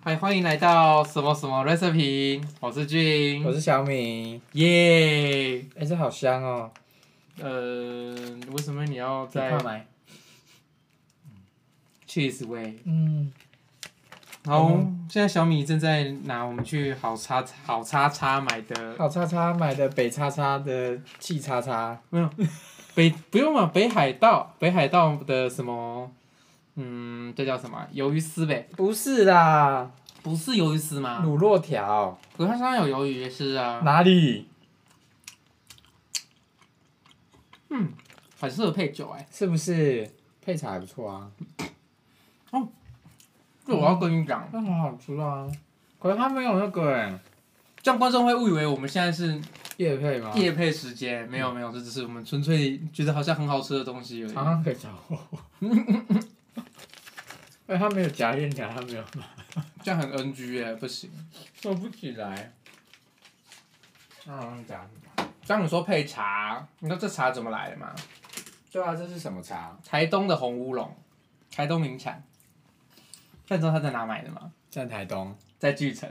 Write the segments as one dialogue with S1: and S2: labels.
S1: 嗨，欢迎来到什么什么 recipe，我是俊
S2: 我，是小米，
S1: 耶。
S2: 嗯哎、这好香哦，
S1: 呃，为什么你要
S2: 你看
S1: 在
S2: 买？
S1: cheese 味？
S2: 嗯，
S1: 好，现在小米正在拿我们去好叉好叉叉买的，
S2: 好叉叉买的北叉叉的气叉叉，
S1: 没有北不用嘛，北海道北海道的什么，嗯，这叫什么啊？鱿鱼丝呗？
S2: 不是啦，
S1: 不是鱿鱼丝吗？
S2: 乳酪条，
S1: 可它上面有鱿鱼丝啊，
S2: 哪里？
S1: 很适合配酒哎、
S2: 是不是配菜还不错啊？
S1: 这我要跟你讲，
S2: 那很好吃啊，可是它没有那个哎、
S1: 这样观众会误以为我们现在是
S2: 叶配吗？
S1: 夜配时间，没有没有，这只是我们纯粹觉得好像很好吃的东西而
S2: 常
S1: 已。
S2: 常可以找我。 哎，他没有夹链条，他没有买，
S1: 这样很 NG 哎、不行。
S2: 做不起来。嗯，夹。
S1: 这样你说配茶，你知道这茶怎么来的吗？
S2: 对啊，这是什么茶？
S1: 台东的红乌龙，台东名产。但你知道他在哪买的吗？
S2: 在台东。
S1: 在巨城。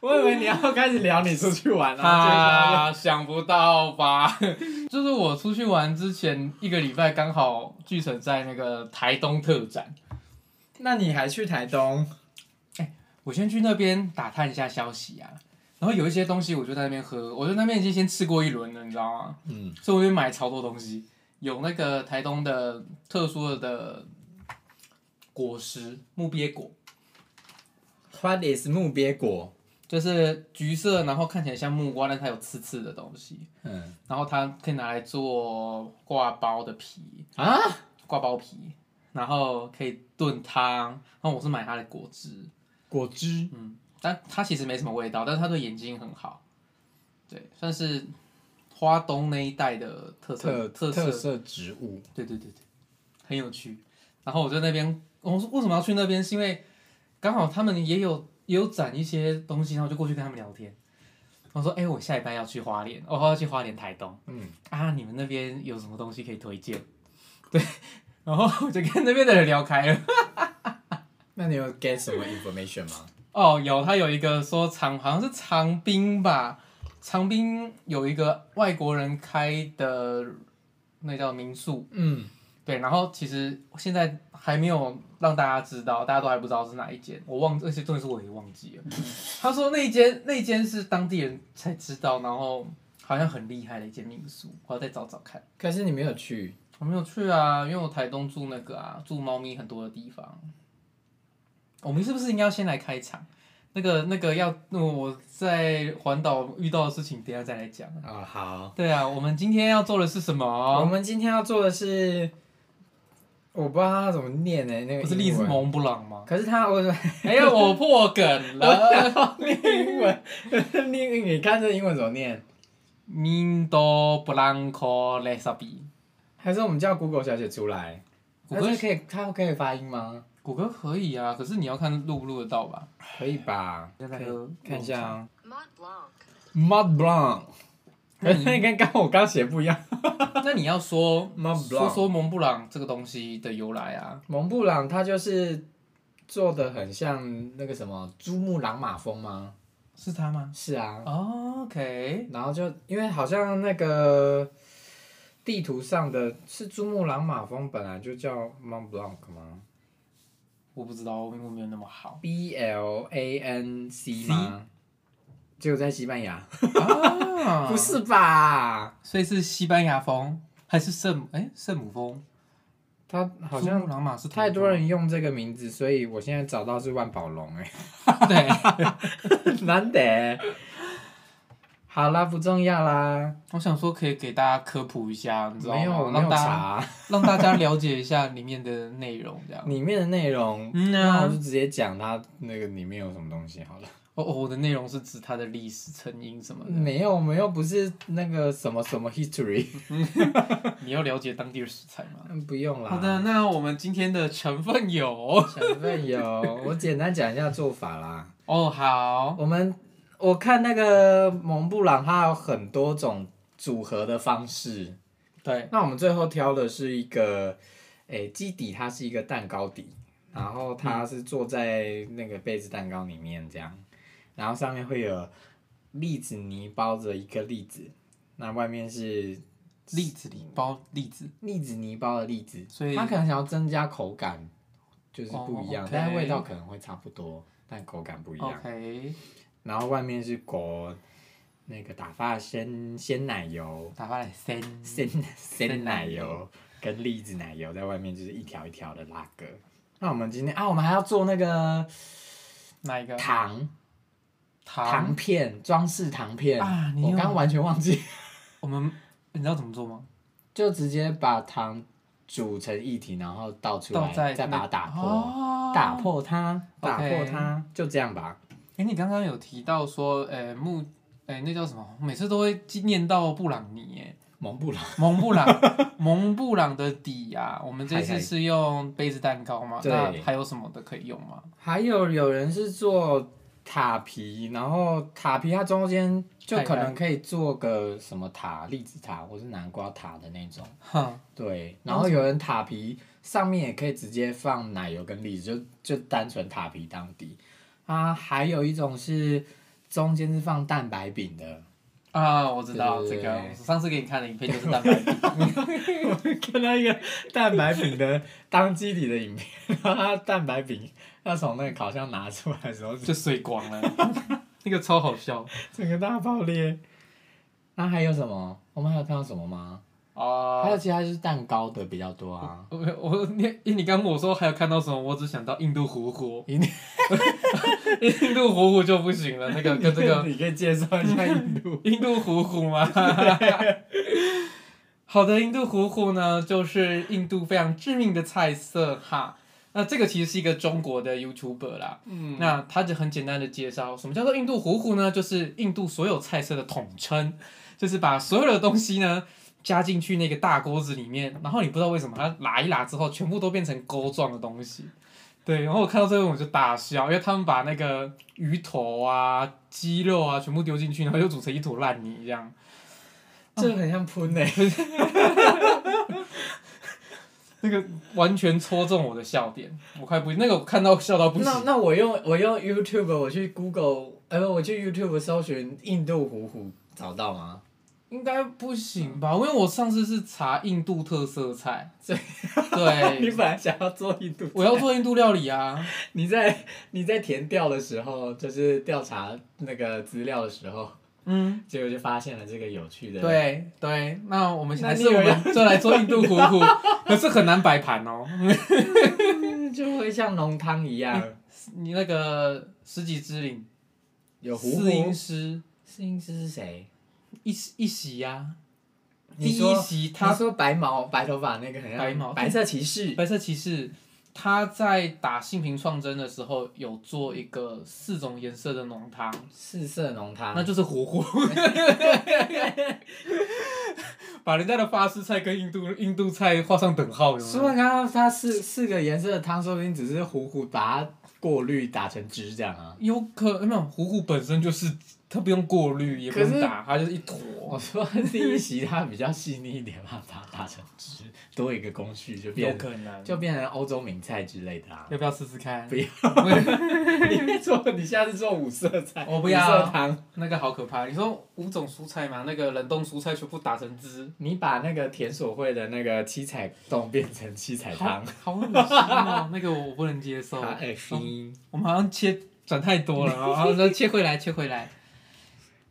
S2: 我以为你要开始聊你出去玩啊。
S1: 啊， 想不到吧？ 就是我出去玩之前一个礼拜，刚好巨城在那个台东特展，
S2: 那你还去台东？
S1: 我先去那边打探一下消息啊。然后有一些东西我就在那边喝，我在那边已经先吃过一轮了，你知道吗？
S2: 嗯，
S1: 所以我就买超多东西，有那个台东的特殊的果实木鳖果，
S2: 花 a 是木鳖果。
S1: 就是橘色，然后看起来像木瓜，但它有刺刺的东西，
S2: 嗯
S1: 然后它可以拿来做挂包的皮，
S2: 啊，
S1: 挂包皮，然后可以炖汤。然后我是买它的果汁，
S2: 果汁。
S1: 嗯，但它其实没什么味道，但是它对眼睛很好，对，算是花东那一带的特色特
S2: 特
S1: 色
S2: 特色植物。
S1: 对对对对，很有趣。然后我在那边，我说为什么要去那边？是因为刚好他们也有也有展一些东西，然后我就过去跟他们聊天。我说：“哎、我下一班要去花莲，我、要去花莲台东
S2: 嗯，
S1: 啊，你们那边有什么东西可以推荐？”对，然后我就跟那边的人聊开了。
S2: 那你有 get 什么 information 吗？
S1: 哦，有他有一个说长，好像是长滨吧，长滨有一个外国人开的那叫民宿，
S2: 嗯，
S1: 对，然后其实现在还没有让大家知道，大家都还不知道是哪一间，我忘，而且重点是我也忘记 了。他说那一间那一间是当地人才知道，然后好像很厉害的一间民宿，我要再找找看。
S2: 可是你没有去。
S1: 我没有去啊，因为我台东住那个啊，住猫咪很多的地方。我们是不是应该要先来开场？那个那个要，那我在环岛遇到的事情，等一下再来讲。
S2: 啊、好。
S1: 对啊，我们今天要做的是什
S2: 我
S1: 么？
S2: 们今天要做的是，我不知道它怎么念呢、欸那个
S1: 不是
S2: 英
S1: 利兹
S2: 文
S1: 蒙布朗吗？
S2: 可是它我
S1: 哎呀，我破梗 了。
S2: 啊英文，你你看这英文怎么念？
S1: 明多布朗科雷萨比，
S2: 还是我们叫 Google 小姐出来？
S1: 谷
S2: 那
S1: 歌
S2: 这可以，它可以发音吗？
S1: 谷歌可以啊，可是你要看录不录得到吧？
S2: 可以吧？
S1: 现在喝
S2: 看一下 啊
S3: Mont Blanc.
S2: ，Mud Blanc，
S1: 那
S2: 哎
S1: 你
S2: 那跟刚刚我刚写不一样。
S1: 那你要说
S2: Mont Blanc
S1: 说说蒙布朗这个东西的由来啊？
S2: 蒙布朗它就是做的很像那个什么珠穆朗玛峰吗？
S1: 是它吗、
S2: 是啊，
S1: o k
S2: 然后就因为好像那个地图上的是珠穆朗玛峰，本来就叫 Mont Blanc 吗。
S1: 我不知道，我英文没有那么好
S2: ？B L A N C 吗？只有在西班牙？
S1: 啊
S2: 不，是吧？
S1: 所以是西班牙风还是圣母？哎，圣母风？
S2: 它好
S1: 珠穆
S2: 像
S1: 朗玛是
S2: 太多
S1: 同一
S2: 人用这个名字，所以我现在找到是万宝龙哎、
S1: 风对。
S2: 难得。好啦，不重要啦，
S1: 我想说可以给大家科普一下，你知道
S2: 没有
S1: 吗？
S2: 我没有
S1: 让大家
S2: 查
S1: 让大家了解一下里面的内容，这样。
S2: 里面的内容，
S1: 嗯啊
S2: 那我就直接讲它那个里面有什么东西好了。
S1: 哦，哦我的内容是指它的历史成因什么的。
S2: 没有，我们又不是那个什么什么 history，
S1: 你要了解当地的食材吗？
S2: 嗯不用啦。
S1: 好的，，那我们今天的成分有
S2: 成分有， 我简单讲一下做法啦。
S1: 哦，好，
S2: 我们我看那个蒙布朗，它有很多种组合的方式。
S1: 对，
S2: 那我们最后挑的是一个，诶、基底它是一个蛋糕底，然后
S1: 嗯
S2: 他是坐在那个贝子蛋糕里面这样，然后上面会有栗子泥包着一颗栗子，那外面是
S1: 栗子里包栗子，
S2: 栗子泥包的栗子，
S1: 所以
S2: 他可能想要增加口感，就是
S1: 哦
S2: 不一样，
S1: OK
S2: 但是味道可能会差不多，但口感不一样。
S1: 哦 OK，
S2: 然后外面是裹那个打发鲜鲜奶油，
S1: 打发来三
S2: 鲜嗯 鲜奶
S1: 奶
S2: 油跟栗子奶油在外面就是一条一条的拉格。那我们今天啊，我们还要做那个
S1: 哪一个
S2: 糖糖
S1: 糖？
S2: 片装饰糖片
S1: 啊你
S2: 我
S1: 有
S2: 刚完全忘记，
S1: 我们你知道怎么做吗？
S2: 就直接把糖煮成一体，然后倒出
S1: 倒
S2: 来，
S1: 在
S2: 再把它打破，
S1: 哦
S2: 打破它，打破
S1: OK
S2: 它就这样吧。
S1: 哎、你刚刚有提到说，呃、木，哎、那叫什么？每次都会记念到布朗尼，哎，
S2: 蒙布朗
S1: 蒙布朗，蒙布朗的底呀、我们这
S2: 嗨
S1: 次
S2: 嗨
S1: 是用杯子蛋糕嘛？
S2: 对
S1: 那还有什么的可以用吗？
S2: 还有有人是做塔皮，然后塔皮它中间就可能可以做个什么塔，栗子塔或是南瓜塔的那种。
S1: 哼，
S2: 对，然后有人塔皮上面也可以直接放奶油跟栗子，就就单纯塔皮当底。啊，还有一种是中间是放蛋白饼的，
S1: 啊，我知道
S2: 对
S1: 这
S2: 对
S1: 个，
S2: 对
S1: 我上次给你看的影片就是蛋白饼，
S2: 看到一个蛋白饼的当基底的影片， 然后它蛋白饼要从那个烤箱拿出来的时候，
S1: 就碎光了， 那个超好笑
S2: 整个大爆裂。那还有什么？我们还有看到什么吗？
S1: 啊
S2: 还！有其他就是蛋糕的比较多啊。
S1: 我我你因为你刚跟我说还有看到什么，我只想到印度火 锅，
S2: 印度
S1: 印度火锅就不行了，那个跟这个
S2: 你可以介绍一下印 度
S1: 印度虎虎吗？ 好的，印度虎虎呢，就是印度非常知名的菜色哈。那这个其实是一个中国的 YouTuber 啦，嗯，那他就很简单的介绍什么叫做印度虎虎呢？就是印度所有菜色的统称，就是把所有的东西呢加进去那个大锅子里面，然后你不知道为什么它拉一拉之后，全部都变成钩状的东西。对，然后我看到这个我就大笑，因为他们把那个鱼头啊、鸡肉啊全部丢进去，然后就煮成一坨烂泥这样。
S2: 这个很像喷欸诶、
S1: 那个完全戳中我的笑点，我快不那个我看到笑到不
S2: 那
S1: 行。
S2: 那我用我用 YouTube，我去 Google，呃，我去 YouTube 搜寻印度糊糊，找到吗？
S1: 应该不行吧？因为我上次是查印度特色 菜，
S2: 所以 你
S1: 对，
S2: 本来想要做印度，
S1: 我要做印度料理啊。
S2: 你在你在填调的时候，就是调查那个资料的时候，
S1: 嗯，
S2: 结果就发现了这个有趣的。，
S1: 对对，那我们
S2: 那
S1: 还
S2: 你
S1: 是我
S2: 有
S1: 们就来做印度糊 糊，可是很难摆盘哦。
S2: 就会像浓汤一样，
S1: 你那个十几之灵，
S2: 有糊糊。
S1: 四音师
S2: 四音师是谁？
S1: 一一席呀、第
S2: 你
S1: 一
S2: 说
S1: 席他
S2: 他说白毛白头发那个很像
S1: 白毛
S2: 白色骑士，
S1: 白色骑士他在打性平创针的时候，有做一个四种颜色的浓汤，
S2: 四色浓汤。
S1: 那就是糊 糊，把人家的法式菜跟印度印度菜画上等号，有没
S2: 苏
S1: 有？
S2: 文刚他四四个颜色的汤，说不定只是糊糊把它过滤打成汁这样啊。
S1: 有可没有糊糊本身就是它不用过滤，也不
S2: 可
S1: 用
S2: 是
S1: 打，它就是一
S2: 我
S1: 坨。
S2: 说第一席它比较细腻一点，把它打成汁，多一个工序就
S1: 有
S2: 变
S1: 可能，
S2: 就变成欧洲名菜之类的啊。
S1: 要不要试试看
S2: 不？要 你做你下次做五色菜，
S1: 我不要
S2: 五色汤，
S1: 那个好可怕！你说五种蔬菜嘛，那个冷冻蔬菜全部打成汁，
S2: 你把那个田所会的那个七彩冻变成七彩
S1: 好
S2: 汤。
S1: 好恶心哦，那个我不能接受。
S2: 好哎恶心。
S1: 哦我们好像切转太多了，然后说切回来，切回来。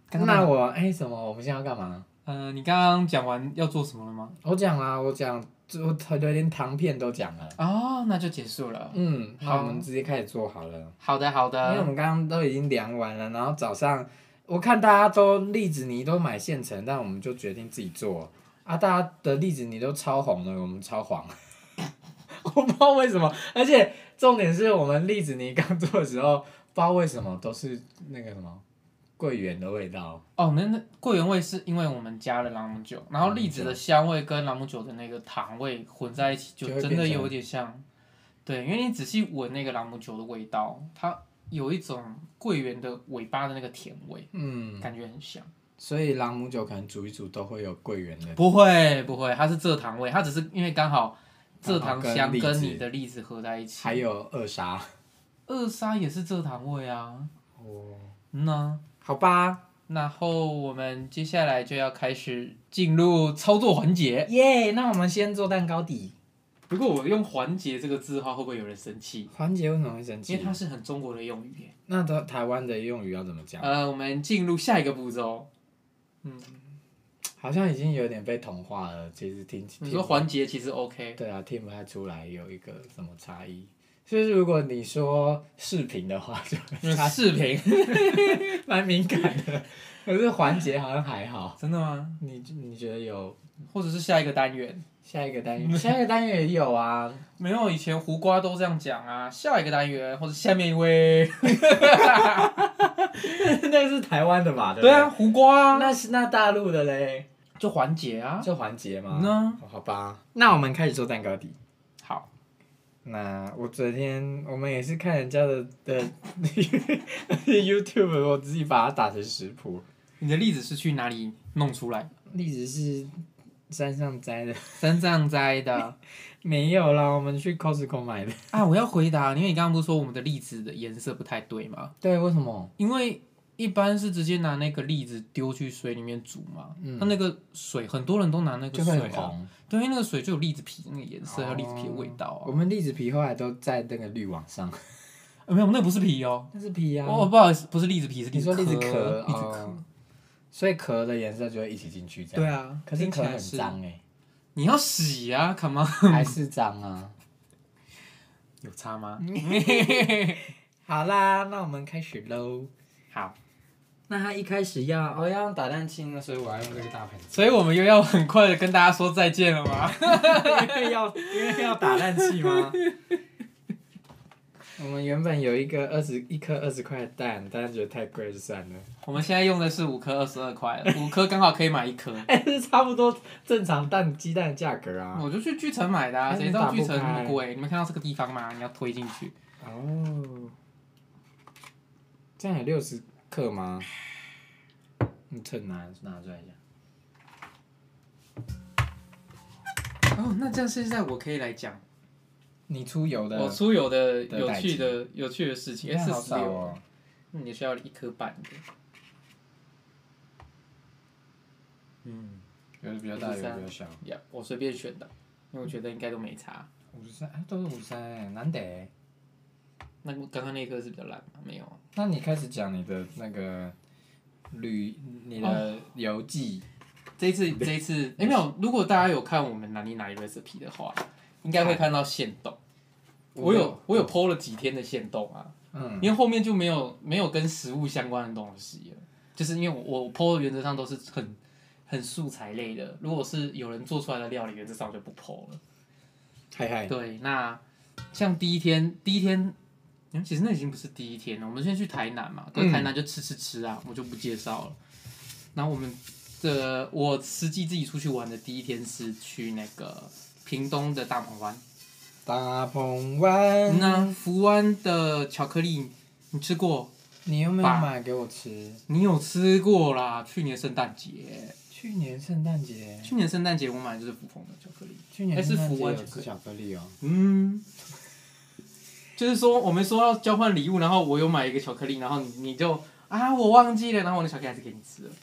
S1: 刚
S2: 那
S1: 刚
S2: 我哎、什么？我们现在要干嘛？
S1: 呃，你刚刚讲完要做什么了吗？
S2: 我讲啦、我讲，我我连糖片都讲了。
S1: 哦，那就结束了。
S2: 嗯，那
S1: 好
S2: 我们直接开始做好了。
S1: 好的，好
S2: 因为我
S1: 的。
S2: 们刚刚都已经量完了，然后早上我看大家都栗子泥都买现成，但我们就决定自己做啊。大家的栗子泥都超红的，我们超黄， 我不知道为什么。而且重点是我们栗子泥刚做的时候，不知道为什么都是那个什么桂圆的味道。
S1: 哦，那那桂圆味是因为我们加了朗姆酒，然后栗子的香味跟朗姆酒的那个糖味混在一起，就
S2: 就会
S1: 真的
S2: 变成
S1: 有点像。对，因为你仔细闻那个朗姆酒的味道，它有一种桂圆的尾巴的那个甜味，
S2: 嗯，
S1: 感觉很像。
S2: 所以朗姆酒可能煮一煮都会有桂圆的。
S1: 不会不会，它是蔗糖味，它只是因为刚好蔗糖
S2: 然
S1: 香
S2: 后跟
S1: 跟
S2: 栗子
S1: 你的栗子合在一起。
S2: 还有二沙。
S1: 二沙也是蔗糖味啊。
S2: 哦，
S1: 嗯呐、
S2: 好吧，
S1: 然后我们接下来就要开始进入操作环节。
S2: 耶、那我们先做蛋糕底。
S1: 如果我用“环节”这个字的话，会不会有人生气？
S2: 环节为什么会生
S1: 因为
S2: 气
S1: 它？是很中国的用语耶。
S2: 那台台湾的用语要怎么讲？
S1: 呃，我们进入下一个步骤。嗯，
S2: 好像已经有点被同化了。其实听
S1: 你说
S2: 听，
S1: 环节其实 OK，
S2: 对啊，听不太出来有一个什么差异。就是如果你说视频的话，就
S1: 因为视 频
S2: 蛮敏感的。可是环节好像还好。
S1: 真的吗？
S2: 你你觉得有
S1: 或者是下一个单元？
S2: 下一个单元？下一个单元也有啊。
S1: 没有，以前胡瓜都这样讲啊。下一个单元，或者下面一位。
S2: 那是台湾的吧？对不
S1: 对
S2: 对
S1: 啊，胡瓜啊
S2: 那是那大陆的嘞，
S1: 就环节啊。
S2: 就环节嘛。
S1: 呢，
S2: 哦好吧，那我们开始做蛋糕底。
S1: 好，
S2: 那我昨天我们也是看人家的的 YouTube，我自己把它打成食谱。
S1: 你的栗子是去哪里弄出来的？
S2: 栗子是山上摘的，
S1: 山上摘的
S2: 没有啦，我们去 Costco 买的。
S1: 啊！我要回答，因为你刚刚不是说我们的栗子的颜色不太对吗？
S2: 对，为什么？
S1: 因为一般是直接拿那个栗子丢去水里面煮嘛，
S2: 嗯
S1: 那那个水很多人都拿那个
S2: 就会
S1: 水
S2: 很
S1: 啊，
S2: 红。
S1: 对，因为那个水就有栗子皮那个颜色，还有栗子皮的味道
S2: 我
S1: 啊。
S2: 们栗子皮后来都在那个滤网上，
S1: 呃没有，那不是皮哦，
S2: 那是皮啊。
S1: 哦，不好意思，不是栗子皮，是栗
S2: 你
S1: 子
S2: 说栗子壳，
S1: 壳，栗子壳。
S2: 哦所以壳的颜色就会一起进去，这样。
S1: 对啊，
S2: 可是
S1: 听起
S2: 壳
S1: 来
S2: 很
S1: 是，
S2: 脏哎、
S1: 你要洗啊，Come on，
S2: 欸，还是脏啊。
S1: 有差吗？
S2: 好啦，那我们开始喽。
S1: 好，
S2: 那他一开始要，哦，要用打蛋清了，所以我要用这个大盆子，
S1: 所以我们又要很快的跟大家说再见了吗？
S2: 因为要因为要打蛋器吗？ 我们原本有一个二十一颗二十块的蛋，但是觉得太贵就算了。
S1: 我们现在用的是五颗二十二块，五颗刚好可以买一 颗。
S2: 哎、这差不多正常蛋鸡蛋的价格啊。
S1: 我就去巨城买的、啊，
S2: 哎
S1: 谁知道巨城
S2: 打不
S1: 那
S2: 开
S1: 么贵？你们看到这个地方吗？你要推进去，
S2: 哦，这样有六十克吗？你称拿拿出来一下。
S1: 哦，那这样现在我可以来讲
S2: 你出油的，
S1: 我出游的
S2: 的
S1: 有
S2: 代
S1: 趣
S2: 金
S1: 的有趣的事情。哎，
S2: 好
S1: 四十
S2: 少
S1: 六，
S2: 哦。
S1: 那你需要一颗半的。嗯，
S2: 有的比较大，有的比较小。
S1: 呀，我随便选的，因为我觉得应该都没差。
S2: 五十三，哎都是五十三，哎难得哎。
S1: 那刚刚那颗是比较烂吗，没有。啊
S2: 那你开始讲你的那个旅，你
S1: 哦
S2: 的游记。
S1: 这一次这一次，哎、没有。如果大家有看我们哪里哪里 recipe 的话，应该会看到现动。我有我有 PO 了几天的现动啊，
S2: 嗯，
S1: 因为后面就没有没有跟食物相关的东西了，就是因为我我 PO 的原则上都是很很素材类的，如果是有人做出来的料理，原则上我就不 PO 了。
S2: 嗨嗨，
S1: 对，那像第一天第一天。嗯其实那已经不是第一天了，我们先去台南嘛，可是台南就吃吃吃啊，我就不介绍了。然后我们的我实际自己出去玩的第一天是去那个屏东的大鹏湾，
S2: 大鹏湾，
S1: 那福湾的巧克力你吃过？
S2: 你有没有
S1: 爸
S2: 买给我吃？
S1: 你有吃过啦？去年圣诞节，
S2: 去年圣诞节，
S1: 去年圣诞节我买的就是福鹏的巧克力。
S2: 去年
S1: 哎是
S2: 圣诞
S1: 福
S2: 节
S1: 湾
S2: 有
S1: 巧克
S2: 吃
S1: 力
S2: 巧克力哦。
S1: 嗯，就是说我们说要交换礼物，然后我有买一个巧克力，然后你你就啊我忘记了，然后我的巧克力还是给你吃了。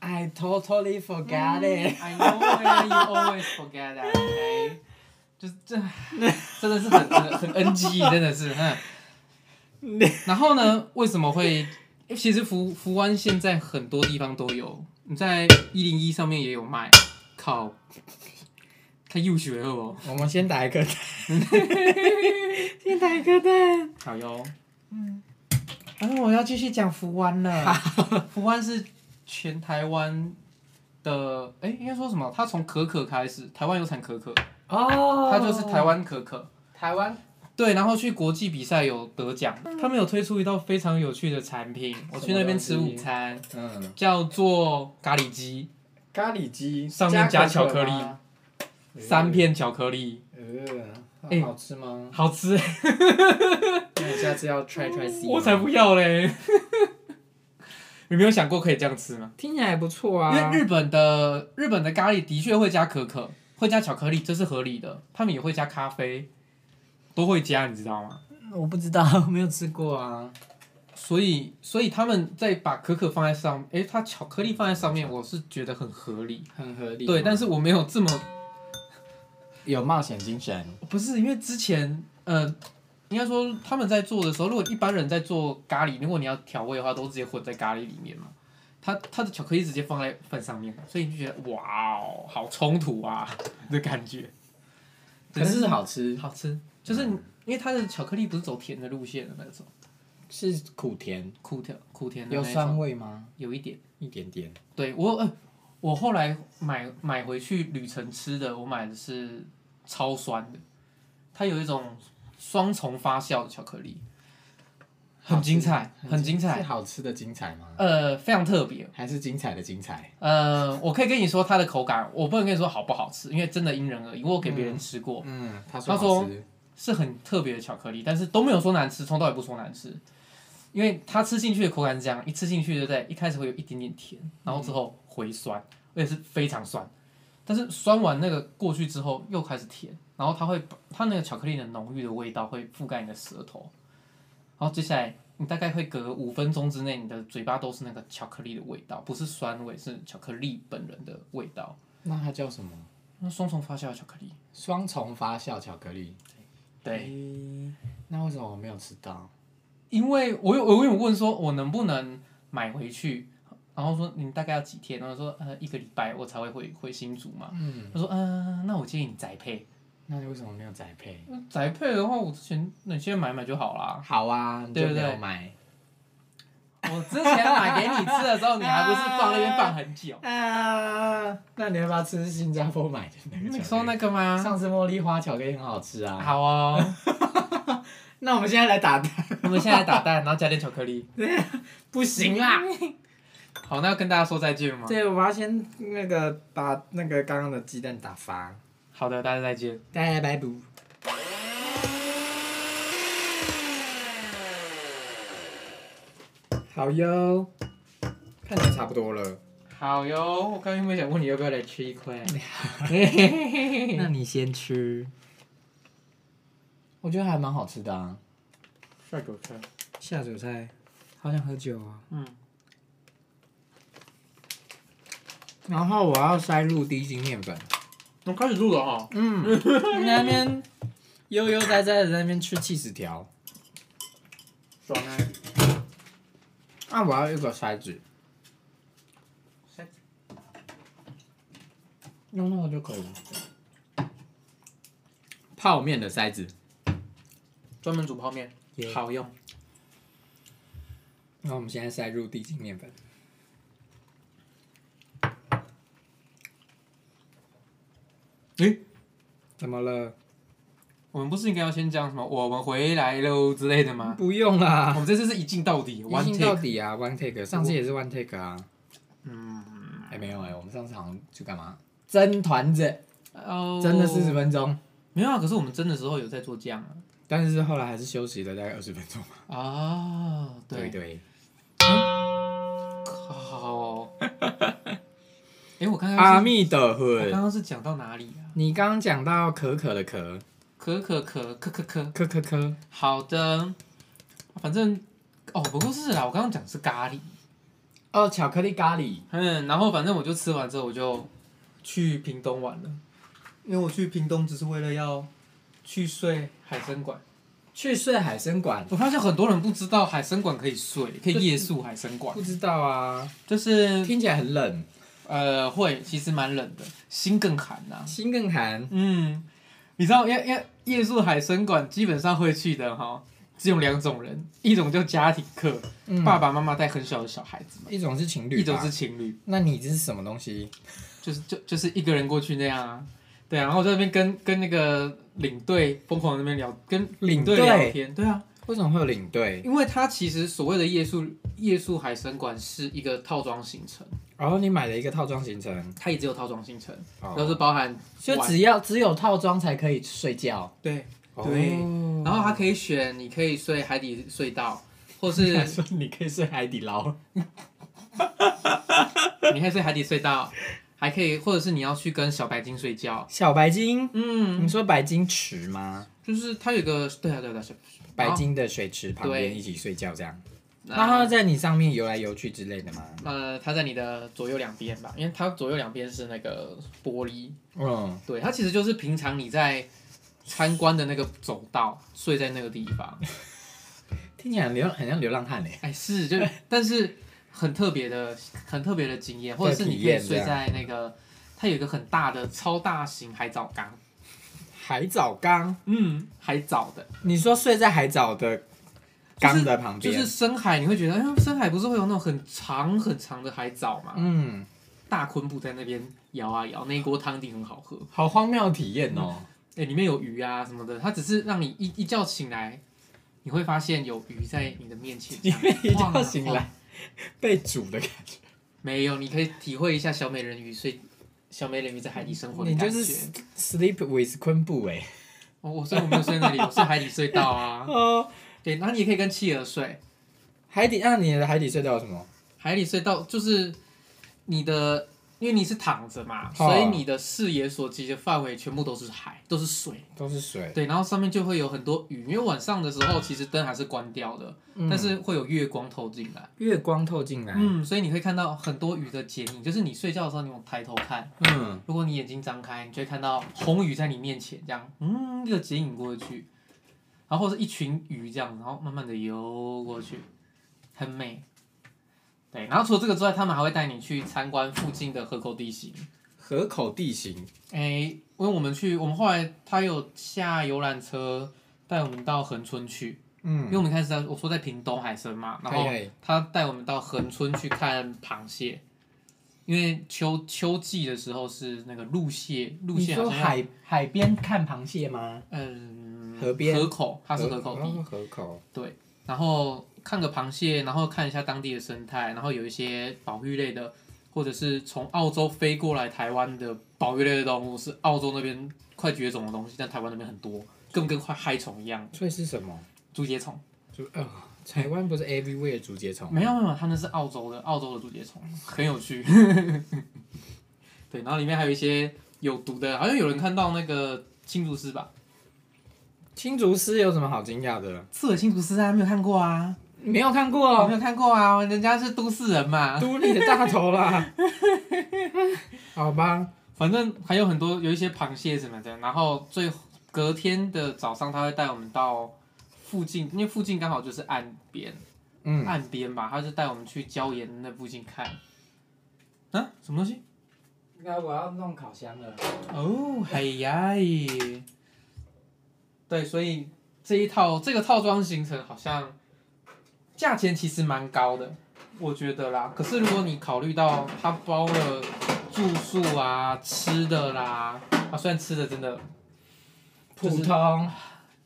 S2: I totally forgot it。
S1: I know where you always forget that. OK，就是这真的是很很很 NG，真的是哼。
S2: 嗯
S1: 然后呢，为什么会？诶其实福福湾现在很多地方都有，你在一零一上面也有卖。靠，他又学了哦。
S2: 我们先打一颗蛋，先打一颗蛋。
S1: 好哟。嗯。然后我要继续讲福湾 了。福湾是全台湾的，哎、应该说什么？它从可可开始，台湾有产可可。
S2: 哦
S1: 它就是台湾可可。
S2: 台湾，
S1: 对，然后去国际比赛有得奖，他们有推出一道非常有趣的产品，我去那边吃午餐，
S2: 嗯，
S1: 叫做咖喱鸡，
S2: 咖喱鸡
S1: 上面加巧克力
S2: 吗
S1: 三。片巧克力，
S2: 呃，
S1: 哎
S2: 好吃吗？
S1: 好吃，
S2: 那你下次要 try try see 吗。
S1: 我才不要嘞！ 你没有想过可以这样吃吗？
S2: 听起来不错
S1: 因为日本的日本的咖喱的确会加可可，会加巧克力，这是合理的。他们也会加咖啡，都会加，你知道吗？
S2: 我不知道， 没有吃过啊。
S1: 所以，所以他们在把可可放在上，诶，它巧克力放在上面，我是觉得很合理。
S2: 很合理吗。啊
S1: 对，但是我没有这么
S2: 有冒险精神。
S1: 不是因为之前，呃，应该说他们在做的时候，如果一般人在做咖喱，如果你要调味的话，都直接混在咖喱里面嘛。它它的巧克力直接放在饭上面，所以你就觉得哇哦，好冲突啊 的感觉。
S2: 可是好吃，
S1: 好吃，就是你因为它的巧克力不是走甜的路线的那种，
S2: 是苦甜，
S1: 苦甜苦甜的
S2: 有
S1: 那种，
S2: 酸味吗？
S1: 有一点。
S2: 一点点。
S1: 对我呃，我后来买买回去旅程吃的，我买的是超酸的，它有一种双重发酵的巧克力，很精彩，很精彩，
S2: 是好吃的精彩吗？
S1: 呃，非常特别。
S2: 还是精彩的精彩？
S1: 呃，我可以跟你说它的口感，我不能跟你说好不好吃，因为真的因人而异。我有给别人吃过，
S2: 嗯，他
S1: 说
S2: 说
S1: 他说
S2: 好吃，
S1: 是很特别的巧克力，但是都没有说难吃，从头也不说难吃，因为它吃进去的口感是这样，一吃进去对不对？一开始会有一点点甜，然后之后回酸，而且是非常酸，但是酸完那个过去之后又开始甜，然后它会把它那个巧克力的浓郁的味道会覆盖你的舌头，然后接下来你大概会隔五分钟之内，你的嘴巴都是那个巧克力的味道，不是酸味，是巧克力本人的味道，
S2: 那它叫什么？
S1: 那双重发酵的巧克力，
S2: 双重发酵巧克力。
S1: 对。
S2: 诶。那为什么我没有吃到？
S1: 因为我有我有问说，我能不能买回去？然后说你大概要几天？然后说呃一个礼拜我才会回回新竹嘛。
S2: 嗯，
S1: 他说嗯、呃，那我建议你宅配。
S2: 那你为什么没有宅配？
S1: 嗯宅配的话，我之前那你现在买买就好啦。
S2: 好啊，你就
S1: 对不
S2: 没
S1: 对
S2: 有买。
S1: 我之前买给你吃的时候，你还不是放那边放很 久？
S2: 啊，那你要不要吃新加坡买的那个巧克
S1: 你
S2: 力？
S1: 说那个吗？
S2: 上次茉莉花巧克力很好吃啊。
S1: 好哦，
S2: 那我们现在来打蛋，
S1: 我们现在打蛋，然后加点巧克力。
S2: 不行啦。
S1: 嗯好，那要跟大家说再见吗？
S2: 对，我要先那个把那个刚刚的鸡蛋打发。
S1: 好的，大家再见。
S2: 大家拜拜。好哟，看起来差不多了。
S1: 好哟，我刚刚有没有想问你要不要来吃一 块？
S2: 那你先吃。我觉得还蛮好吃的啊。
S1: 下酒菜。
S2: 下酒菜，好想喝酒啊。
S1: 嗯。
S2: 然后我要塞入低筋面粉。
S1: 我开始录了哈。
S2: 嗯， 你在那边悠悠哉哉的在那边吃气死条。
S1: 爽啊！
S2: 那、啊我要一个筛子，用那个就可以了。泡面的筛子。
S1: 专门煮泡面
S2: Yeah
S1: 好用。
S2: 那我们现在塞入低筋面粉。
S1: 诶、
S2: 怎么了？
S1: 我们不是应该要先讲什么“我们回来喽”之类的 吗？
S2: 不用
S1: 我
S2: 啦，
S1: 们这次是一镜到底
S2: 一
S1: ，one
S2: 镜到
S1: take。
S2: 底啊，one take。上次也是 one take 啊。
S1: 嗯，
S2: 哎、没有哎、我们上次好像去干嘛？蒸团子，
S1: 哦
S2: 蒸了四十分钟，
S1: 没有啊，可是我们蒸的时候有在做酱啊。
S2: 但是后来还是休息了大概二十分钟。
S1: 啊，
S2: 对
S1: 对，
S2: 对，
S1: 靠！哎、我刚
S2: 阿
S1: 刚是
S2: 密的
S1: 我刚
S2: 魂。
S1: 刚是讲到哪里啊？
S2: 你刚刚讲到可可的可，
S1: 可可可可可可，
S2: 可可可，
S1: 好的，反正哦，不过是啦，我刚刚讲的是咖喱。
S2: 哦，巧克力咖喱，
S1: 嗯，然后反正我就吃完之后，我就去屏东玩了，因为我去屏东只是为了要去睡海参馆。
S2: 去睡海参馆，
S1: 我发现很多人不知道海参馆可以睡，可以夜宿海参馆
S2: 不，知道啊，
S1: 就是
S2: 听起来很冷，
S1: 呃会，其实蛮冷的，心更寒呐、
S2: 心更寒，
S1: 嗯，你知道，要要夜宿海参馆，基本上会去的哈，只有两种人，一种叫家庭客，
S2: 嗯
S1: 爸爸妈妈带很小的小孩子嘛，
S2: 一种是情侣吧，
S1: 一种是情侣。
S2: 那你这是什么东西？
S1: 就是就就是一个人过去那样啊，对啊，然后在那边跟跟那个领队疯狂地那边聊，跟领队
S2: 领队
S1: 聊天，对啊，
S2: 为什么会有领队？
S1: 因为他其实所谓的夜宿夜宿海参馆是一个套装行程，
S2: 然后你买了一个套装行程，
S1: 它也只有套装行程，
S2: 哦
S1: 然后是包含
S2: 就
S1: 玩
S2: 只要只有套装才可以睡觉，
S1: 对，对
S2: 哦
S1: 然后它可以选，你可以睡海底隧道，或是
S2: 还说你可以睡海底捞，
S1: 你可以睡海底隧道，还可以，或者是你要去跟小白鲸睡觉，
S2: 小白鲸，
S1: 嗯，
S2: 你说白鲸池吗？
S1: 就是它有一个对啊对啊对啊，小
S2: 白鲸的水池旁
S1: 对
S2: 边一起睡觉这样，
S1: 哦那
S2: 那它会在你上面游来游去之类的吗？
S1: 呃，它在你的左右两边吧，因为它左右两边是那个玻璃，
S2: 嗯，
S1: 对，它其实就是平常你在参观的那个走道，睡在那个地方，
S2: 听起来很流很像流浪汉欸嘞。
S1: 哎，是就，但是很特别的，很特别的经验，或者是你可
S2: 体
S1: 以
S2: 验
S1: 睡
S2: 这
S1: 在那个，它有一个很大的超大型海藻缸，
S2: 海藻缸，
S1: 嗯，海藻的，
S2: 你说睡在海藻的缸的旁
S1: 就
S2: 边，
S1: 是深海，你会觉得，哎呦，深海不是会有那种很长很长的海藻吗？
S2: 嗯，
S1: 大昆布在那边摇啊摇，那一锅汤底很好喝，
S2: 好荒谬的体验哦。
S1: 哎、里面有鱼啊什么的，它只是让你一一觉醒来，你会发现有鱼在你的面前这
S2: 你
S1: 样
S2: 被一
S1: 晃啊
S2: 觉
S1: 晃
S2: 醒来，被煮的感觉，
S1: 没有，你可以体会一下小美人鱼睡，小美人鱼在海底生活的
S2: 你
S1: 感觉。
S2: 就是 sleep with 昆布哎。
S1: 哦，我虽然我没有睡那里，我睡海底隧道啊。
S2: 哦，
S1: 对，然后你也可以跟企鹅睡。
S2: 海底，那你的海底隧道有什么？
S1: 海底隧道就是你的，因为你是躺着嘛，
S2: 哦
S1: 所以你的视野所及的范围全部都是海，都是水。
S2: 都是水，
S1: 对，然后上面就会有很多鱼，因为晚上的时候其实灯还是关掉的，
S2: 嗯
S1: 但是会有月光透进来。
S2: 月光透进来。
S1: 嗯，所以你会看到很多鱼的剪影，就是你睡觉的时候，你往抬头看，
S2: 嗯，
S1: 如果你眼睛张开，你就会看到红鱼在你面前，这样，嗯，一个剪影过去，然后或者一群鱼这样，然后慢慢的游过去，很美。对，然后除了这个之外，他们还会带你去参观附近的河口地形。
S2: 河口地形，
S1: 哎，因为我们去，我们后来他有下游览车带我们到恒春去，因
S2: 嗯，哎
S1: 为我们开始在我说在屏东海参嘛，然后
S2: 嘿嘿
S1: 他带我们到恒春去看螃蟹，因为秋秋季的时候是那个陆蟹，陆
S2: 你
S1: 蟹
S2: 说
S1: 好像要
S2: 海海边看螃蟹吗？
S1: 嗯
S2: 河边
S1: 河口，它是河口地，
S2: 哦河口，
S1: 然后看个螃蟹，然后看一下当地的生态，然后有一些保育类的，或者是从澳洲飞过来台湾的保育类的动物，是澳洲那边快绝种的东西，但台湾那边很多，根本跟快害虫一样，
S2: 所以是什么？
S1: 竹节虫。
S2: 竹呃，台湾不是 everywhere 竹节虫？
S1: 没有没有，它那是澳洲的，澳洲的竹节虫， 很有趣。对，然后里面还有一些有毒的，好像有人看到那个青竹丝吧？
S2: 青竹丝有什么好惊讶的？
S1: 刺耳青竹丝啊，没有看过啊？
S2: 没有看过
S1: 我
S2: 哦
S1: 没有看过啊，人家是都市人嘛。
S2: 都立的大头 啦。好吧，
S1: 反正还有很多有一些螃蟹什么的，然后最隔天的早上他会带我们到附近，因为附近刚好就是岸边，
S2: 嗯，
S1: 岸边嘛，他就带我们去礁岩那附近看。啊，什么东西？
S2: 应该我要弄烤箱了。
S1: 哦，嘿呀耶！对，所以这一套这个套装行程好像价钱其实蛮高的，我觉得啦。可是如果你考虑到它包了住宿啊、吃的啦，啊，虽然吃的真的
S2: 普通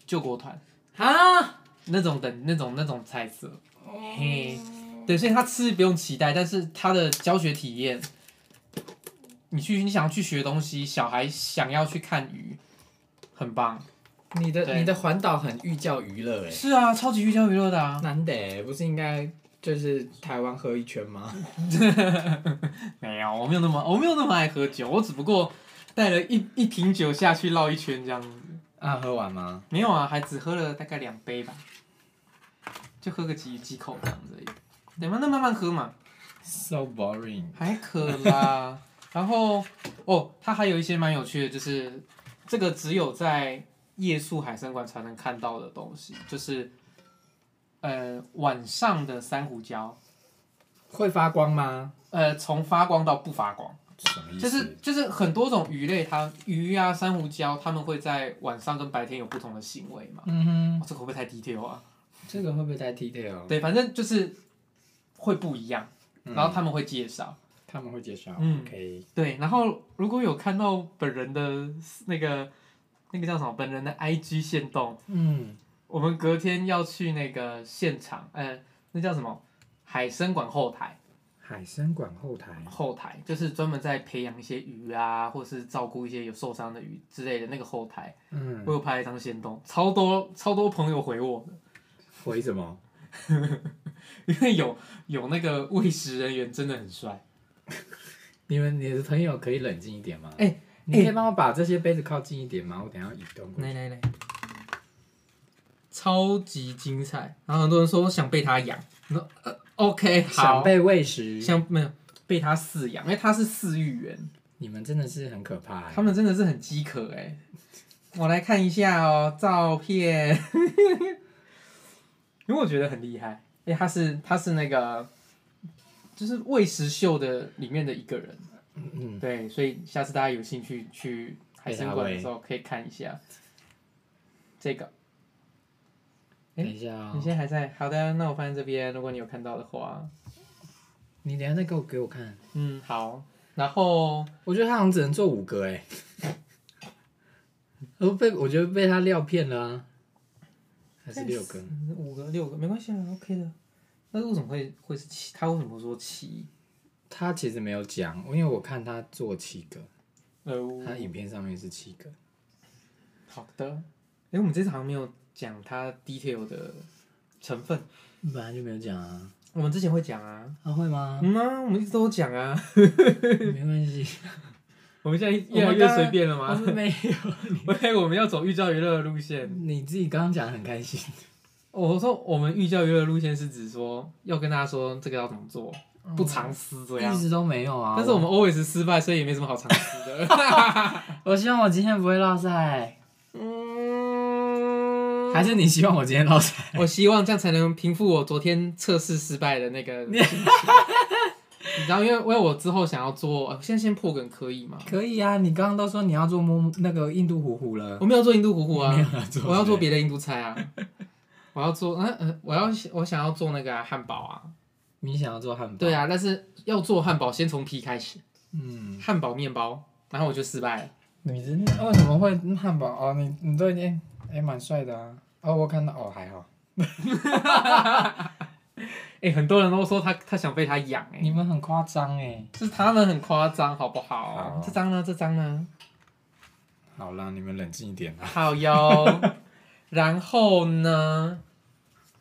S1: 救国团
S2: 啊，
S1: 那种等那种那种菜色，嘿，对，所以他吃不用期待，但是他的教学体验，你去你想要去学东西，小孩想要去看鱼，很棒。
S2: 你的
S1: 对
S2: 你的环岛很寓教于乐哎，
S1: 是啊，超级寓教于乐的啊。
S2: 难得欸不是应该就是台湾喝一圈吗？
S1: 没有，我没有那么我没有那么爱喝酒，我只不过带了一一瓶酒下去绕一圈这样子。
S2: 啊，喝完吗？
S1: 没有啊，还只喝了大概两杯吧，就喝个几几口这样子而已。你们那慢慢喝嘛。
S2: So boring。
S1: 还可啦。 然后哦，它还有一些蛮有趣的，就是这个只有在夜宿海参馆才能看到的东西，就是呃晚上的珊瑚礁，
S2: 会发光吗？
S1: 呃从发光到不发光，
S2: 什么意思？
S1: 就是就是很多种鱼类，它鱼啊珊瑚礁，它们会在晚上跟白天有不同的行为嘛。哦
S2: 嗯哼，
S1: 哇这个会不会太 detail 啊？
S2: 这个会不会太 detail？
S1: 对，反正就是会不一样，
S2: 嗯
S1: 然后他们会介绍。
S2: 他们会介绍。
S1: 嗯
S2: OK，
S1: 对，然后如果有看到本人的那个那个叫什么，本人的 IG 线动，
S2: 嗯，
S1: 我们隔天要去那个现场，呃，那叫什么海参馆后台，
S2: 海参馆后台
S1: 后台就是专门在培养一些鱼啊，或是照顾一些有受伤的鱼之类的那个后台，
S2: 嗯，
S1: 我有拍了一张线动，超多超多朋友回我的，
S2: 回什么？
S1: 因为有有那个喂食人员真的很帅，
S2: 你们你的朋友可以冷静一点吗？
S1: 哎
S2: 你可以帮我把这些杯子靠近一点吗？我等一下移动过去。
S1: 来来来，超级精彩。然后很多人说想被它养，那、呃、OK
S2: 想
S1: 好，
S2: 被喂食，
S1: 想没有被它饲养，因为它是饲育员，
S2: 你们真的是很可怕、欸。
S1: 他们真的是很饥渴哎、我来看一下哦，照片， 因为我觉得很厉害。哎、他是他是那个就是喂食秀的里面的一个人，
S2: 嗯，
S1: 对，所以下次大家有兴趣去海参馆的时候可以看一下这个。哎
S2: 等一下哦、
S1: 你现在还在？好的，那我放在这边。如果你有看到的话，
S2: 你等一下再给我给我看。
S1: 嗯，好。然后
S2: 我觉得他好像只能做五个哎、欸， 我被我觉得被他料骗了啊，还是六个？
S1: 嗯五个、六个没关系啊，OK 的。那为什么会会是七？他为什么说七？
S2: 他其实没有讲，因为我看他做七个，
S1: 呃，
S2: 他影片上面是七个。
S1: 好的。哎、我们这次好像没有讲它 detail 的成分。
S2: 本来就没有讲啊，
S1: 我们之前会讲啊，
S2: 他、会 吗？
S1: 嗯啊，我们一直都有讲啊。
S2: 没关系，
S1: 我们现在越
S2: 我
S1: 来越
S2: 们刚刚
S1: 随便了
S2: 我
S1: 吗？
S2: 们没有。
S1: 喂， 我们要走寓教于乐的路线。
S2: 你自己刚刚讲得很开 心
S1: 哦我说我们寓教于乐的路线是指说要跟大家说这个要怎么做，不藏私这样
S2: 哦一。直都没有啊。
S1: 但是我们 always 失败，所以也没什么好尝试的。
S2: 我希望我今天不会落赛，
S1: 嗯，
S2: 还是你希望我今天落赛？
S1: 我希望这样才能平复我昨天测试失败的那个心情。 然后因为因为我之后想要做，呃现在先破梗可以吗？
S2: 可以啊，你刚刚都说你要做摸那个印度虎虎了，
S1: 我没有做印度糊糊啊，
S2: 做
S1: 我要做别的印度菜啊。我要做，嗯、嗯，我要我想要做那个啊汉、堡啊，
S2: 你想要做汉堡？
S1: 对，啊，但是要做汉堡先从皮开始，
S2: 嗯，
S1: 汉堡面包，然后我就失败了。
S2: 你真的为什么会汉堡？哦，你你都已经哎蛮帅的啊。哦，我看到哦还好，
S1: 哎、很多人都说他他想被他养哎、
S2: 你们很夸张哎。
S1: 就是他们很夸张，好不好？
S2: 好
S1: 这张呢？这张呢？
S2: 好啦，你们冷静一点啊啦。
S1: 好 哟。然后呢？